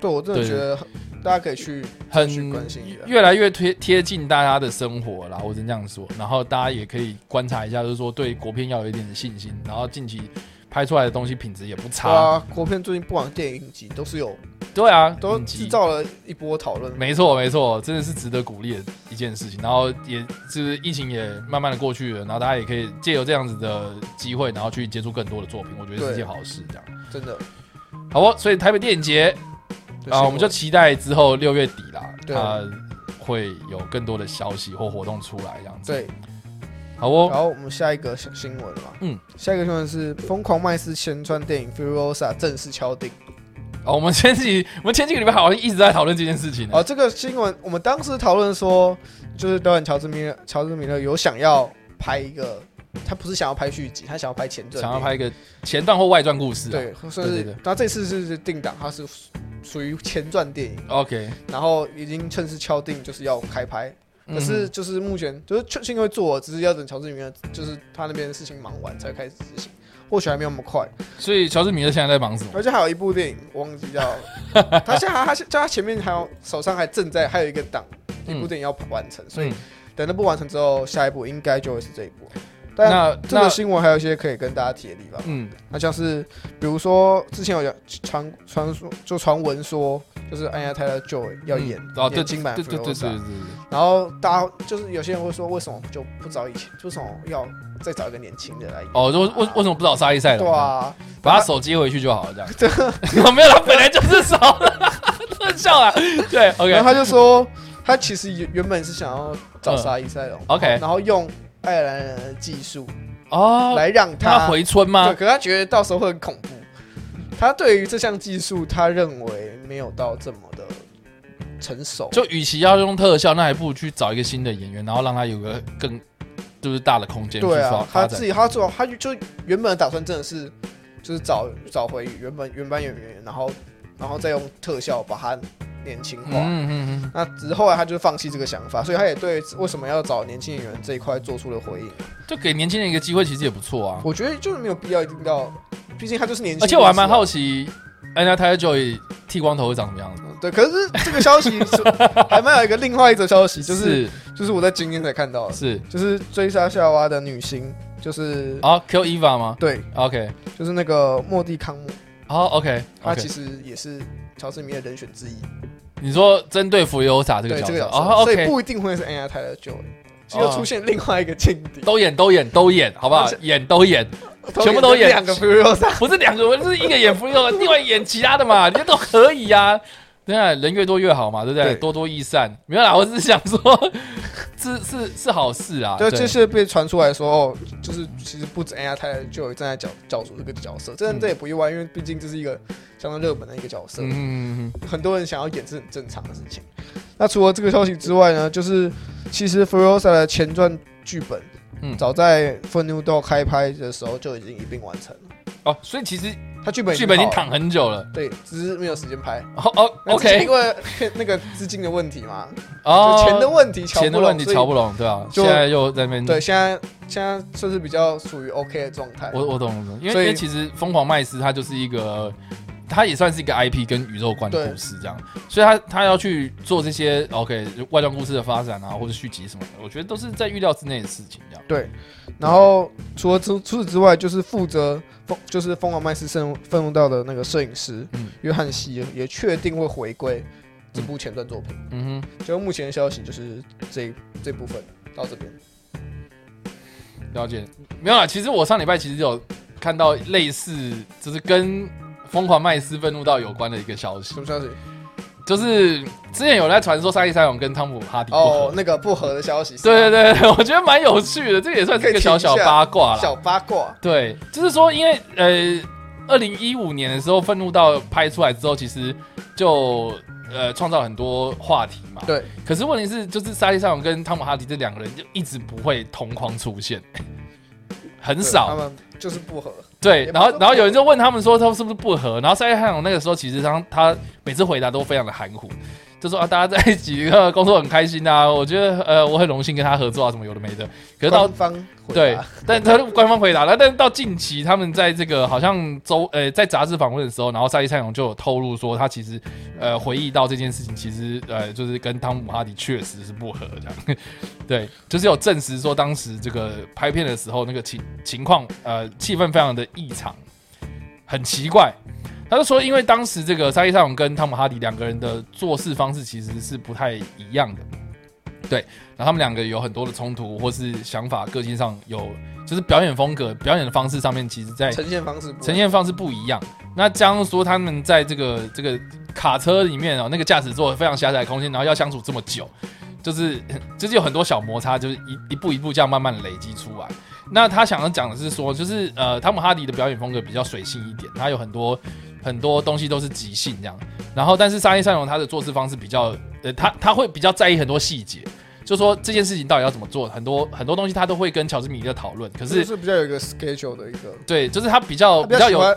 对我真的对觉得大家可以去很去关心一下。越来越贴贴近大家的生活啦，我只能这样说。然后大家也可以观察一下，就是说对国片要有一点信心，然后近期拍出来的东西品质也不差。对啊，国片最近不管电影集都是有对啊，都影集制造了一波讨论。没错，没错，真的是值得鼓励的一件事情。然后也就是疫情也慢慢的过去了，然后大家也可以借由这样子的机会，然后去接触更多的作品，我觉得是对件好事。这样，真的好哦。所以台北电影节啊，我们就期待之后六月底啦，对它会有更多的消息或活动出来，这样子。，对。好哦，然后我们下一个新新闻嘛，嗯嗯，下一个新闻是《疯狂麦斯》前传电影《Furiosa》正式敲定。哦，我们前几我们前几个礼拜好像一直在讨论这件事情欸呢。哦，这个新闻我们当时讨论说，就是导演乔治米勒乔治米勒有想要拍一个，他不是想要拍续集，他想要拍前传，想要拍一个前传或外传故事、啊。对，算对是对对。那这次是是定档，它是属属于前传电影， ，OK，然后已经正式敲定就是要开拍，嗯可是就是目前就是确信会做，只是要等乔治米勒就是他那边的事情忙完才开始执行，或许还没有那么快。嗯、所以乔治米勒现在在忙什么？而且还有一部电影我忘记叫 了，他现在还他现在他前面还有手上还正在还有一个档，一部嗯电影要完成，所以嗯等那部完成之后，下一步应该就会是这一部。但那啊这那个新闻还有一些可以跟大家提的地方，嗯那像是比如说之前有讲传传说就传闻说，就是安雅泰勒 Joy 要演、嗯哦，对演金版对对对对 Furiosa 对对对。然后大家就是有些人会说，为什么就不找以前，为什么要再找一个年轻人来演？哦，就为为为什么不找沙溢赛了？对，啊，把他手接回去就好了，这 样。没有，他本来就是手，真 笑啊。对然，OK，后他就说，他其实原原本是想要找沙伊塞隆、嗯 OK 然后用爱尔兰人的技术哦，来让他他回村对，吗？可他觉得到时候会很恐怖。他对于这项技术，他认为没有到这么的成熟。就与其要用特效，那还不如去找一个新的演员，然后让他有个更就是大的空间去对发啊，他发展自。己他做，他就就原本打算真的是就是找找回原本原班演员，然后然后再用特效把它年轻化。嗯嗯嗯，那只是后来他就放弃这个想法，所以他也对为什么要找年轻演员这一块做出了回应。就给年轻人一个机会，其实也不错啊。我觉得就是没有必要一定要，毕竟他就是年轻。而且我还蛮好，奇，Anna Taylor Joy 剃光头会长什么样子。对。可是这个消 息是还蛮有一个另外一则消息，就是是就是我在今天才看到的，是就是追杀夏娃的女星，就是、啊，Kill Eva 吗对， ？OK，就是那个莫蒂康姆，好 OK，他其 OK 实也是乔治米的人选之一。你说针对弗尤萨这个对角这个色，角色，哦所以，OK，哦不一定会是 Anna Taylor Joy，就又出现另外一个劲敌，都演都演都演，好不好而且？演都演， 全部都演啊两个 Furiosa，不是两个，就是一个演弗尤，另外演其他的嘛， 这都可以呀、啊。对啊，人越多越好嘛，对不对？对多多益善。没有啦，我只是想说， 是是是好事啊。就对，就是被传出来说，哦，就是其实不止 Anna Taylor Joy 站在角角逐这个角色，这嗯这也不意外，因为毕竟这是一个相当热门的一个角色，嗯嗯嗯很多人想要演是很正常的事情。那除了这个消息之外呢，就是其实 Furiosa 的前传剧本，嗯早在 f e r n u d o 开拍的时候就已经一并完成了，嗯。哦，所以其实他剧本剧本已经好了躺很久了。对，只是没有时间拍。哦哦那只是，OK，因为那个资金的问题嘛，哦，就钱的问题，钱的问题瞧不拢，对啊，就现在又在那边所以对，现在现在算是比较属于 OK 的状态。我我懂了，因为因所以为其实《疯狂麦斯》它就是一个，它也算是一个 IP 跟宇宙观的对故事这样，所以它它要去做这些 OK 外传故事的发展啊，或者续集什么的，我觉得都是在预料之内的事情这样。对，然后除了除除此之外，就是负责疯就是疯狂麦斯圣愤怒到的那个摄影师嗯约翰希也也确定会回归这部前传作品。嗯就目前的消息就是这这部分到这边。哼，了解。没有啦，其实我上礼拜其实有看到类似，就是跟《疯狂麦斯愤怒到》有关的一个消息什，么消息？就是之前有在传说沙利塞永跟汤姆哈迪不合。哦，那个不合的消息。对，对对，我觉得蛮有趣的，这个也算是一个小小八卦啦。小八卦。对，就是说，因为呃，二零一五年的时候，《愤怒到》拍出来之后，其实就呃创造了很多话题嘛。。对，可是问题是，就是沙利塞永跟汤姆哈迪这两个人就一直不会同框出 现，很他少。们就是不合。对也，不然后是然后有人就问他们说，他们是不是不合？然后沙利塞永那个时候其实他他每次回答都非常的含糊。就说啊，大家在一起呃工作很开心啊，我觉得呃我很荣幸跟他合作啊，什么有的没的。可是到官方回答对，但他官方回答了，但是到近期他们在这个好像周呃在杂志访问的时候，然后沙利塞勇就有透露说，他其实呃回忆到这件事情，其实呃就是跟汤姆哈迪确实是不合这样， 对，就是有证实说当时这个拍片的时候那个情情况呃气氛非常的异常，很奇怪。他就说，因为当时这个沙利塞勇跟汤姆哈迪两个人的做事方式其实是不太一样的，然后他们两个有很多的冲突，或是想法、个性上有，就是表演风格、表演的方式上面，其实在呈现方式不合哎呈现方式不一样。那加上说他们在这个这个卡车里面哦，那个驾驶座非常狭窄的空间，然后要相处这么久，就是就是有很多小摩擦，就是一一步一步这样慢慢累积出来。那他想要讲的是说，就是呃，汤姆哈迪的表演风格比较随性一点，他有很多很多东西都是即兴这样。然后，但是沙耶善荣他的做事方式比较，呃，他他会比较在意很多细节，就说这件事情到底要怎么做，很多很多东西他都会跟乔治米勒讨论。可就是是，是比较有一个 schedule 的一个，对，就是他比较他哦比较喜有欢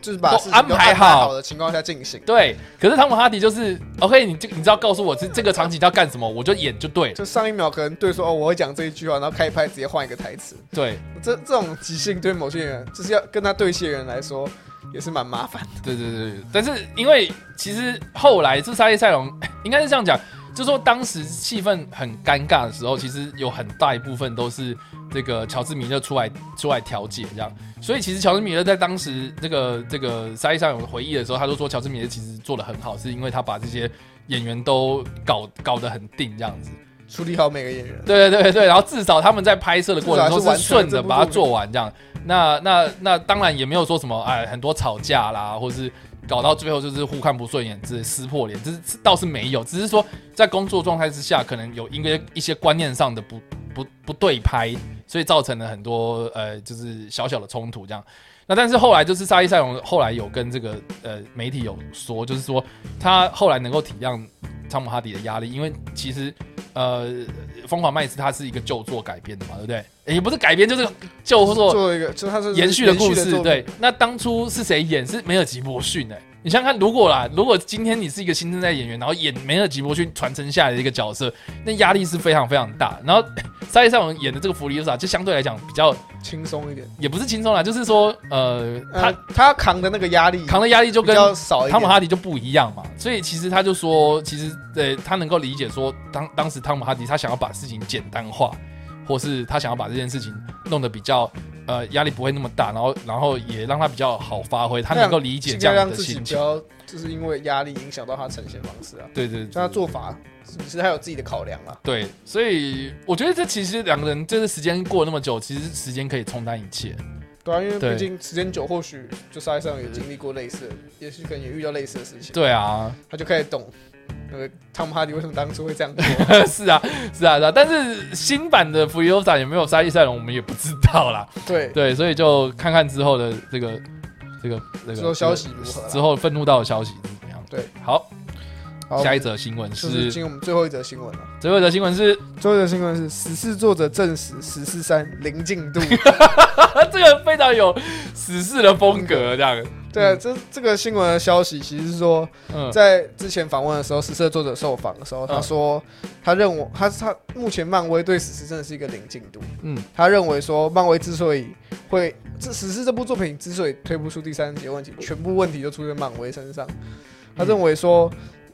就是把都事情都安排安排好好的情况下进行，对，可是汤姆哈迪就是 OK，你就你只要告诉我这这个场景要干什么，我就演就对就上一秒可能对说哦我会讲这一句话，然后开拍直接换一个台词，对这这种即兴对某些人就是要跟他对戏的人来说也是蛮麻烦的。对对对对。但是因为其实后来这沙耶赛龙应该是这样讲，就说当时气氛很尴尬的时候，其实有很大一部分都是这个乔治米勒出来出来调解这样。所以其实乔治米勒在当时这个这个沙耶赛龙回忆的时候，他就说乔治米勒其实做的很好，是因为他把这些演员都搞搞得很定这样子。处理好每个演员，对对对对，然后至少他们在拍摄的过程至中少还是是完顺成着了这部把它作做完这样。那那那当然也没有说什么哎很多吵架啦，或是搞到最后就是互看不顺眼，这撕破脸，这是这倒是没有，只是说在工作状态之下，可能有因为一些观念上的不不不对拍，所以造成了很多呃就是小小的冲突这样。那但是后来就是沙伊塞隆后来有跟这个呃媒体有说，就是说他后来能够体谅汤姆哈迪的压力，因为其实呃，《疯狂麦斯》它是一个旧作改编的嘛，对不对？诶也不是呃改编，就是旧作做一个，就是他是延续的故延续事。作品，对，那当初是谁演？是梅尔吉伯逊哎、你想想看，如果啦，如果今天你是一个新生代演员，然后演梅尔吉伯逊传承下来的一个角色，那压力是非常非常大。然后沙耶上文演的这个弗利欧萨，就相对来讲比较轻松一点。也不是轻松啦，就是说呃，他他他要扛的那个压力扛的压力就嗯比跟较少一汤姆点，哈迪就不一样嘛，所以其实他就说，其实呃，他能够理解说，当当时汤姆哈迪他想要把事情简单化，或是他想要把这件事情弄得比较呃压力不会那么大，然后然后也让他比较好发挥，他能够理解尽这量样让的自己心不情。要就是因为压力影响到他呈现方式啊。对对，对就他做法是不是他有自己的考量啊？对，所以我觉得这其实两个人就是时间过了那么久，其实时间可以冲淡一切。对啊，因为对毕竟时间久，或许就沙耶上也经历过类似的，也许可能也遇到类似的事情，对啊， 他就开始懂那个汤姆哈迪为什么当初会这样做。是啊，是啊，是啊。但是新版的弗利欧萨有没有沙溢赛龙，我们也不知道啦。 对，对，所以就看看之后的这个这个这个之后消息如何啦之后愤怒到的消息是怎么样？对，好，好下一则新闻就是是进入我们最后一则新闻了。最后一则新闻是， 最后一则新闻是十四作者证实十四三零进 度。啊，这个非常有史诗的风格，这样，对啊，这这个新闻的消息其实是说，嗯，在之前访问的时候，十四的作者受访的时候，他嗯说他认为他他目前漫威对史诗真的是一个零进度。嗯，他认为说漫威之所以会这史诗这部作品之所以推不出第三集的问题，全部问题都出在漫威身上。嗯他认为说。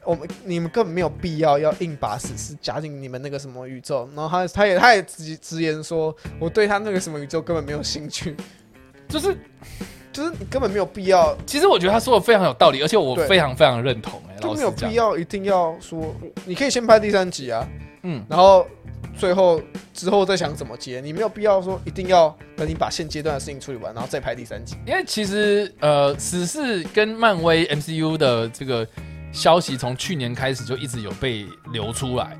我们你们根本没有必要要硬把史诗加进你们那个什么宇宙，然后他他也他也直直言说，我对他那个什么宇宙根本没有兴趣，嗯就是就是你根本没有必要其实我觉得他说的非常有道理，而且我对非常非常认同、哎，就老没实有讲必，要一定要说，你可以先拍第三集啊，嗯，然后最后之后再想怎么接，你没有必要说一定要等你把现阶段的事情处理完，然后再拍第三集。因为其实呃，史诗跟漫威 MCU 的这个消息从去年开始就一直有被流出来。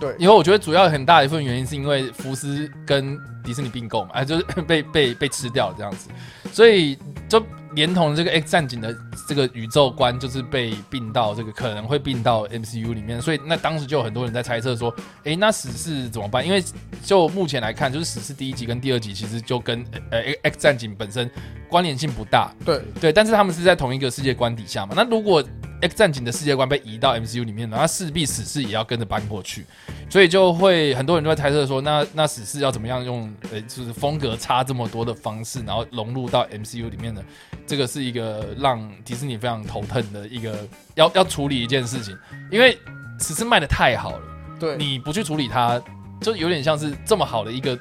对以后我觉得主要很大一部分原因是因为福斯跟迪士尼并购嘛， 啊，就是被被被吃掉了这样子，所以就连同这个 X 战警的这个宇宙观，就是被并到这个可能会并到 MCU 里面，所以那当时就有很多人在猜测说，诶，那史诗怎么办？因为就目前来看，就是史诗第一集跟第二集其实就跟呃呃 X 战警本身关联性不大，对，对，但是他们是在同一个世界观底下嘛。那如果 X 战警的世界观被移到 MCU 里面了，那势必史事也要跟着搬过去，所以就会很多人就在猜测说，那那史事要怎么样用呃，就是风格差这么多的方式，然后融入到 MCU 里面呢？这个是一个让迪士尼非常头疼的一个要要处理一件事情，因为史事卖的太好了，对，你不去处理它，就有点像是这么好的一个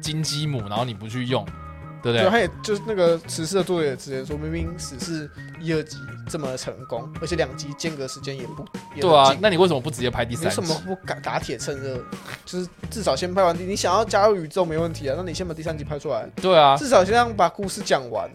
金鸡母，然后你不去用，对不对，对？他也就是那个史诗的作者也直接说，明明史诗一、二集这么成功，而且两集间隔时间也不也对啊很，近那你为什么不直接拍第你三为什集？么不敢打铁趁热？就是至少先拍完第，你想要加入宇宙没问题啊，那你先把第三集拍出来，对啊，至少先让把故事讲完，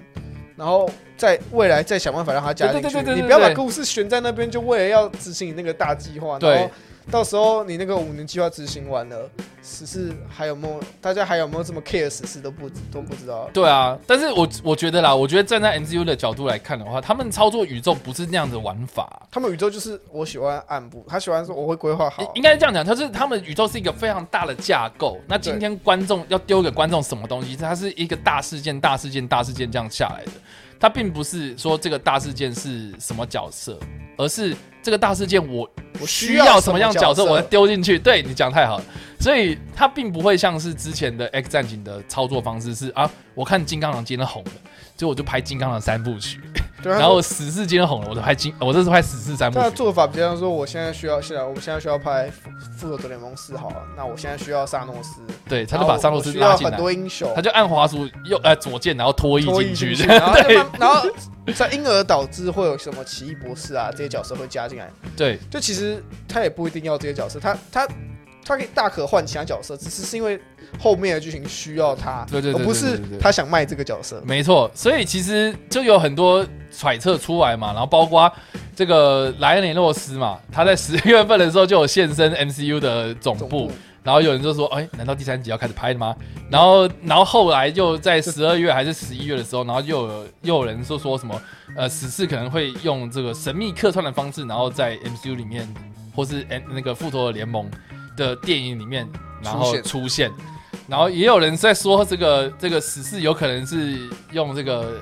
然后在未来再想办法让它加进对去对对对。对你不要把故事悬在那边，就为了要执行你那个大计划，对然后到时候你那个五年计划执行完了，史事还有没有？大家还有没有这么 care 史事都不知都不知道。对啊，但是我我觉得啦，我觉得站在 MCU 的角度来看的话，他们操作宇宙不是那样的玩法。他们宇宙就是我喜欢按部，他喜欢说我会规划应好，应该是这样讲，就是他们宇宙是一个非常大的架构。那今天观众要丢给观众什么东西，它是一个大事件、大事件、大事件这样下来的。它并不是说这个大事件是什么角色，而是这个大事件我我需需要要什什么么样样的的角角色，色我丢进去。对你讲太好了，所以它并不会像是之前的 X 战警的操作方式是啊，我看金刚狼今天红了，所以我就拍金刚狼三部曲，对啊然后十四今天红了，我就拍金，我这是拍十四三部他的曲。做法比较像说，我现在需要，现在我们现在需要拍《复复仇者联盟四》好了，那我现在需要萨诺斯，对，他就把然后沙洛斯我需拉要进很来，多英雄他，就按滑鼠右呃左键，然后拖脱移衣进 去。进去，然后再对慢然后在因而导致会有什么奇异博士啊这些角色会加进来。对就其实他也不一定要这些角色，他他他可以大可换其他角色，只是是因为后面的剧情需要他，对对对对而不对是对对他想卖这个角色。没错，所以其实就有很多揣测出来嘛，然后包括这个莱恩·雷诺斯嘛，他在十月份的时候就有现身 MCU 的总总部，然后有人就说，哎、难道第三集要开始拍了吗？然后，然后后来又在十二月还是十一月的时候，然后又有又有人说说什么，呃，此次可能会用这个神秘客串的方式，然后在 MCU 里面或是哎那个复仇者联盟的电影里面，然出后现出现。然后也有人在说这个这个十四有可能是用这个呃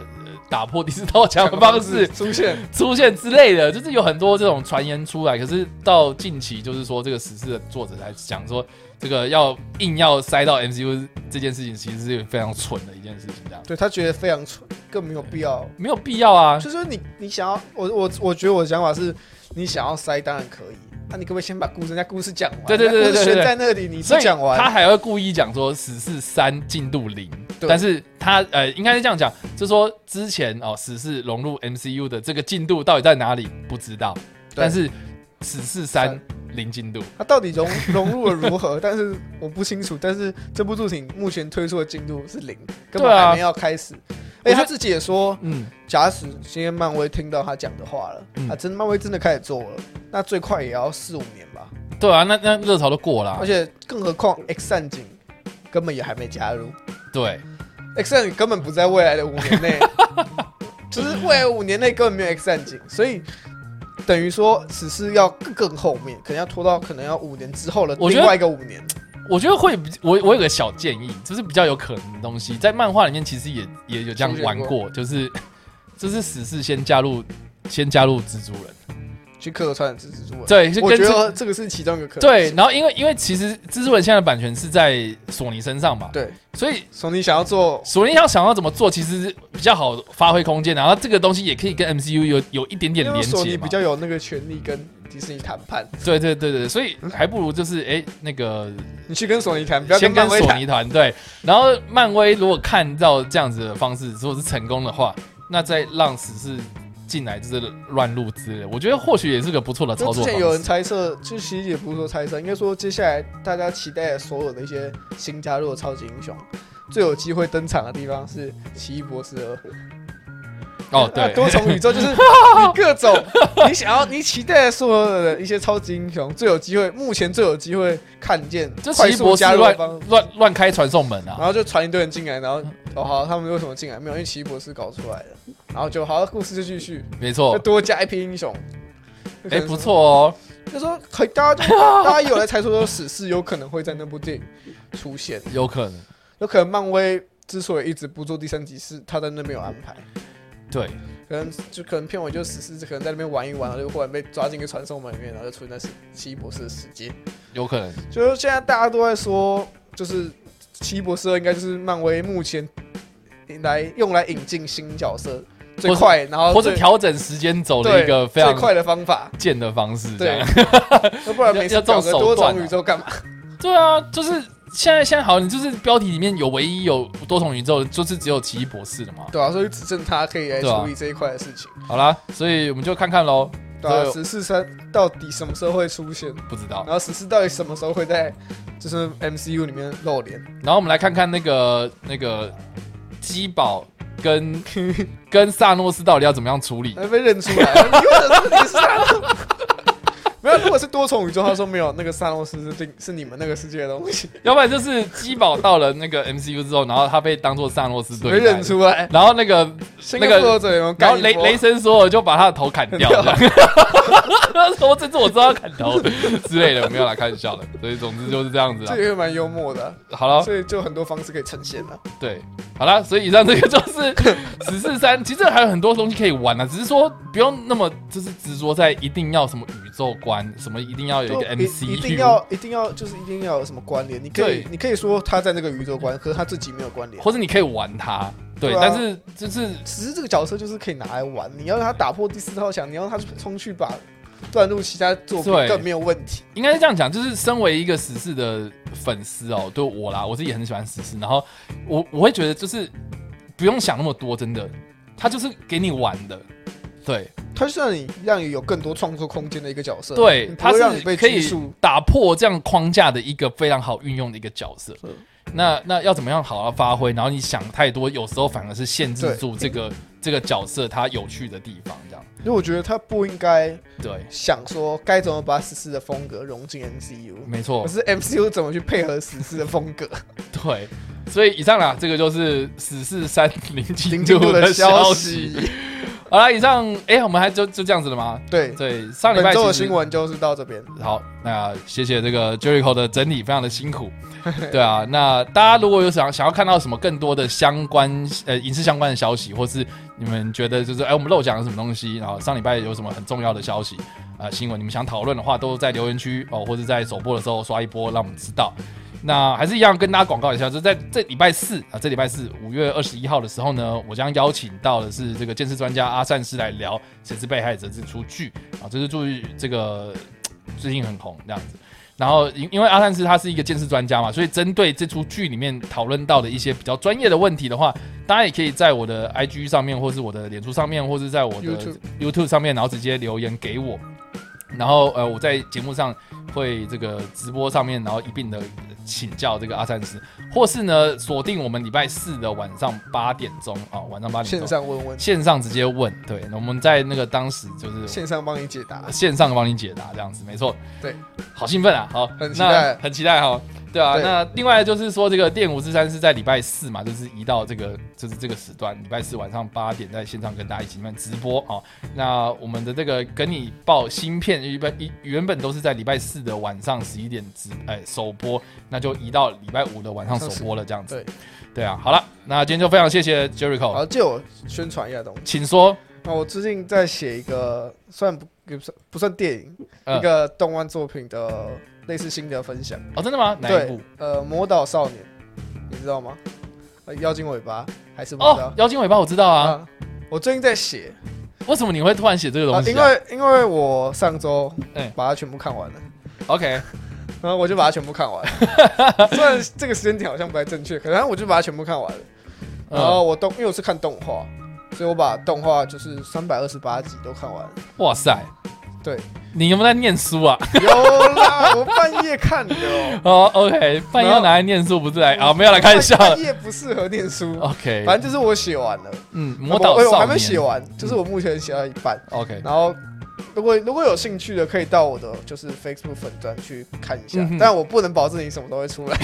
打破第四道墙的方式出现，出现之类的，就是有很多这种传言出来。可是到近期，就是说这个史诗的作者来讲说，这个要硬要塞到 MCU 这件事情，其实是非常蠢的一件事情，这样 对他觉得非常蠢，更没有必要。没有必要啊。就是说你你想要我我我觉得我的想法是，你想要塞当然可以，那、你可不可以先把故事人家故事讲完？对对对对人家故事对对悬在那里，你所不以讲他完，还会故意讲说史诗三进度零，对但是他呃应该是这样讲，就说之前哦史诗融入 MCU 的这个进度到底在哪里不知道，对但是史诗三三零进度，他到底融融入了如何？ 但是我不清楚。但是这部作品目前推出的进度是零，根对本啊还没要开始。我觉而且得他自己也说，嗯，假使今天漫威听到他讲的话了，嗯啊，真漫威真的开始做了，那最快也要四五年吧。对啊，那那热潮都过了啊、而且更何况 X 战警根本也还没加入对。 ，X 战警根本不在未来的五 年内，就是未来五年内根本没有 X 战警，所以等于说此事要更更后面，可能要拖到可能要五年之后的我觉另得外一个五年。我觉得会比，我我有个小建议，就是比较有可能的东西，在漫画里面其实也也有这样玩出现过，就是 就是死侍先加入先加入蜘蛛人，去客串蜘蛛人，对，就我跟觉蜘得这个是其中一个可能对，性。然后因为因为其实蜘蛛人现在的版权是在索尼身上嘛，对，所以索尼想要做，索尼要想要怎么做，其实比较好发挥空间，然后这个东西也可以跟 MCU 有有一点点因为连索接尼嘛比，较有那个权利跟迪士尼谈判，对对对对，所以还不如就是哎、那个你去跟索尼谈，不要先漫跟威索谈尼。团队，然后漫威如果看到这样子的方式，如果是成功的话，那再让死侍进来就是乱入之类的，我觉得或许也是个不错的就操之作前有方人式。猜测，就其实也不是说猜测，应该说接下来大家期待的所有的一些新加入的超级英雄，最有机会登场的地方是奇异博士二。 哦，那对，啊多重宇宙就是你 各种你想要你期待的所有的一些超级英雄，最有机会，目前最有机会看见就奇快异博速士加入的乱方。乱乱开传送门啊然！后就传一堆人进来，然后嗯哦好，他们为什么进来？没有，因为奇异博士搞出来的。然后就好，故事就继续，没就错，多加一批英雄。哎，哦不错哦，就说可以 大家就大家也有来猜测说史诗有可能会在那部电影出现，有可能。有可能漫威之所以一直不做第三集是他在那边有安排，对，可能就可能片尾就史诗可能在那边玩一玩，然后就忽然被抓进一个传送门里面，然后就出现在奇异博士的世界。有可能。就是现在大家都在说，就是奇异博士二应该就是漫威目前来用来引进新角色最快，然后或是最调整时间走的哦对一个非最常快的方法。贱的方式，这对样。，要不然每要次这种搞个手多段重啊宇宙干嘛？对啊，就是现在现在好，你就是标题里面有唯一有多重宇宙，就是只有奇异博士了嘛。对啊，所以只剩他可以来对啊处理这一块的事情。好啦，所以我们就看看喽。对啊，对十四三到底什么时候会出现？不知道然。后十四到底什么时候会在就是 MCU 里面露脸？然后我们来看看那个那个基宝跟 跟萨诺斯到底要怎么样处理。那被认出来， 你为什么是你杀了？没有，如果是多重宇宙，他说没有，那个萨诺斯是定是你们那个世界的东西，要不然就是基宝到了那个 MCU 之后，然后他被当做萨诺斯没对待认，出来。然后那个新那的个复仇者联盟然干后一雷波雷神索尔就把他的头砍 掉 了。说这次我知道要砍头之类的，没有啦，开玩笑的。所以总之就是这样子这啦。个也蛮幽默的啊、好了，所以就很多方式可以呈现啊了、对，好啦，所以以上这个就是 十四三，其实还有很多东西可以玩啊，只是说不用那么就是执着在一定要什么宇宙观，什么一定要有一就个一 MCU，一定要一定要就是一定要有什么关联？你可以对你可以说他在那个宇宙观，可是他自己没有关联。或者你可以玩它，对，对啊但是就是只是这个角色就是可以拿来玩，你要让他打破第四道墙，你要让他去冲去把断入其他作品对更没有问题。应该是这样讲，就是身为一个死侍的粉丝哦，对我啦，我自己也很喜欢死侍，然后我我会觉得就是不用想那么多，真的，他就是给你玩的，对，他是让你让你有更多创作空间的一个角色，对你，不他会让你是被可拘以束。打破这样框架的一个非常好运用的一个角色是。那那要怎么样好好发挥？然后你想太多，有时候反而是限制对住这个这个角色他有趣的地方，这样因为我觉得他不应该对，想说该怎么把史诗的风格融进 MCU，没错可，是 MCU 怎么去配合史诗的风 格？对。所以以上啦，这个就是《死侍三零零进进度度的的消消息息。好了，以上哎、我们还就就这样子了吗？对，对，上礼本拜周的其实新闻就是到这边。好，那谢谢这个 Jericho 的整理，非常的辛苦。对啊，那大家如果有想想要看到什么更多的相关呃影视相关的消息，或是你们觉得就是哎、我们漏讲了什么东西，然后上礼拜有什么很重要的消息啊、呃新闻，你们想讨论的话，都在留言区哦，或者在首播的时候刷一波，让我们知道。那还是一样跟大家广告一下，就是在这礼拜四啊，这礼拜四五月二十一号的时候呢，我将邀请到的是这个鉴识专家阿善师来聊《谁是被害者》这出剧啊，这是注意这个最近很红这样子。然后因因为阿善师他是一个鉴识专家嘛，所以针对这出剧里面讨论到的一些比较专业的问题的话，大家也可以在我的 IG 上面，或是我的脸书上面，或是在我的 YouTube YouTube 上面，然后直接留言给我。然后呃，我在节目上会这个直播上面，然后一并的请教这个阿善师，或是呢锁定我们礼拜四的晚上八点钟啊、晚上八点线钟上问问，线上直接问，对，那我们在那个当时就是线上帮你解答。线上帮你解答，这样子没错。对，好兴奋啊！好，很期那待很期待哈。对啊，对那另外就是说，这个《电舞之山》是在礼拜四嘛，就是移到这个就是这个时段，礼拜四晚上八点在线上跟大家一起面直播哦。那我们的这个跟你报芯片原本原本都是在礼拜四的晚上十一点直哎首播，那就移到礼拜五的晚上首播了，这样子。对，对啊，好了，那今天就非常谢谢 Jericho，好，借我宣传一下东西。请说。那哦我最近在写一个，算不也不算不算电影，嗯一个动漫作品的类似心得分享。哦，真的吗？哪一对部？，呃，《魔导少年》，你知道吗？呃妖精尾巴还是魔哦导，？妖精尾巴我知道啊。啊，我最近在写，为什么你会突然写这个啊，东西、因啊？为因为我上周哎把它全部看完了， OK，然后我就把它全部看完 了。虽然这个时间点好像不太正确，可是我就把它全部看完了。然嗯，后我动，因为我是看动画，所以我把动画就是三百二十八集都看完了。哇塞，对，你有没有在念书啊？有啦，我半夜看的哦。哦，OK，半夜要拿来念书不是来啊？没有来开玩笑。哎半夜不适合念书， OK，反正就是我写完了。嗯，魔导我我少还没写年。完，就是我目前写到一半。 OK，然后，如果如果有兴趣的，可以到我的就是 Facebook 粉专去看一下。嗯哼但我不能保证你什么都 会出来，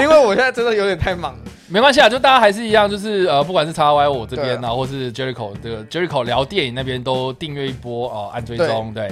因为我现在真的有点太忙了。没关系啊，就大家还是一样，就是呃，不管是 XY 我这边对啊，或是 Jericho 这个 Jericho 聊电影那边都订阅一波哦，按追踪对，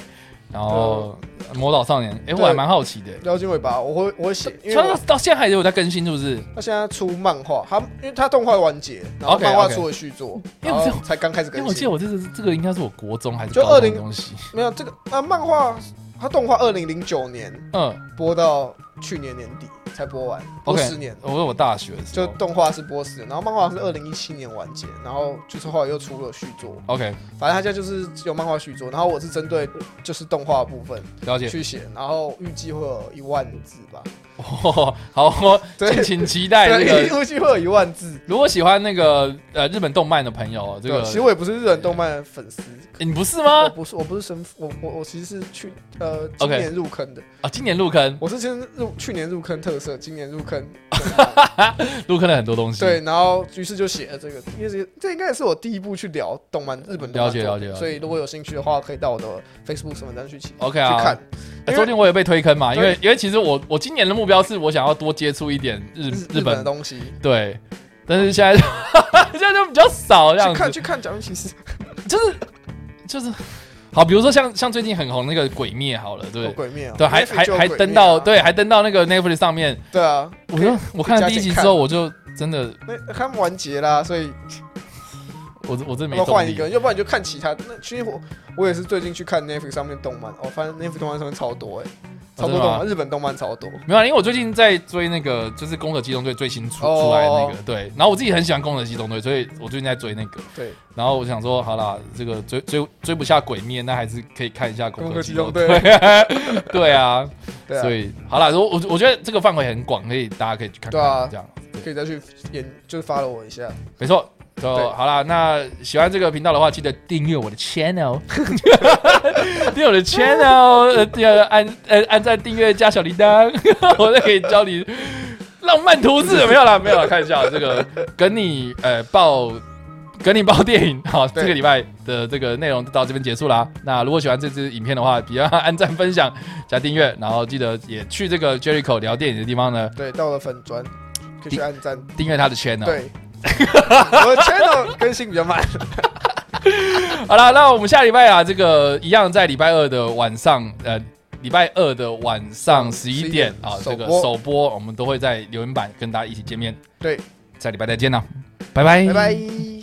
然后魔导少年，哎，我还蛮好奇的，妖精尾巴，我会我会写，因为他到我到现在还有在更新是不是？他现在出漫画，他因为他动画完结，然后 OK，漫画 OK 出了续作，因为然我记得后才刚开始因为更我记新得。我这个这个应该是我国中还是就高中的20东西，没有这个啊，漫画他动画二零零九年嗯，播到去年年底才播完，播 OK 十年。我我大学的时就候动画是播十年，然后漫画是二零一七年完结，然后就是后来又出了续作， ，OK，反正他家就是有漫画续作，然后我是针对就是动画部分了解。去写，然后预计会有一万字吧，哦， 好，对敬请期待这对，个。预计会有一万字。如果喜欢那个呃日本动漫的朋友，这对，个啊其实我也不是日本动漫的粉丝，诶你不是我吗？不是我不是神，我我我其实是去呃 OK 今年入坑的，啊，今年入坑，我是先入去年入坑特色，今年入坑，入坑了很多东西。，对，然后于是就写了这个，因为这个这应该也是我第一部去聊动漫日本动漫了解作了解品了解所以如果有兴趣的话，可以到我的 Facebook 什么单去去 OK 啊看，诶因说不为定我也被推坑嘛，因对为因为其实我我今年的目标是我想要多接触一点日日日本的本，东西，对。但是现在 现在就比较少这样去子看，去看假面骑士。就是就是好，比如说像像最近很红那个《鬼灭》好了，对有不对鬼灭哦，对，还 Netflix 还就有还鬼登灭到啊对，还登到那个 Netflix 上面。对啊，我就我看了加第一减集之看后，我就真的那他们完结啦，所以我我真我没们动换力一。个，要不然你就看其他。那其实我我也是最近去看 Netflix 上面动漫，我发现 Netflix 动漫上面超多哎、哦超真的多吗动漫，日本动漫超多。没有啊，因为我最近在追那个就是《攻壳机动队》最新出、哦出来的那个，对。然后我自己很喜欢《攻壳机动队》，所以我最近在追那个。对，然后我想说，好啦，这个追追追不下《鬼灭》，那还是可以看一下《攻攻壳壳机机动动队 队》 对啊，对啊所，以好啦，我我我觉得这个范围很广，可以大家可以去看看，对啊这样对可以再去演，就是 follow 我一下。没错。就对好啦，那喜欢这个频道的话，记得订阅我的 channel，订阅我的 channel，呃第二按呃按赞、订阅、加小铃铛， 我就可以教你浪漫图纸。没有啦，没有啦，看一下这个跟你呃报跟你报电影， 好，对这个礼拜的这个内容就到这边结束啦。那如果喜欢这支影片的话，别忘了按赞、分享、加订阅，然后记得也去这个 Jericho 聊电影的地方呢，对，到了粉砖可以去按赞。 订阅他的 channel。对，我的 channel 更新比较慢。好了，那我们下礼拜啊，这个一样在礼拜二的晚上，呃，礼拜二的晚上十一点啊，首这个播首播我们都会在留言板跟大家一起见面。对，下礼拜再见啦，拜拜，拜。拜。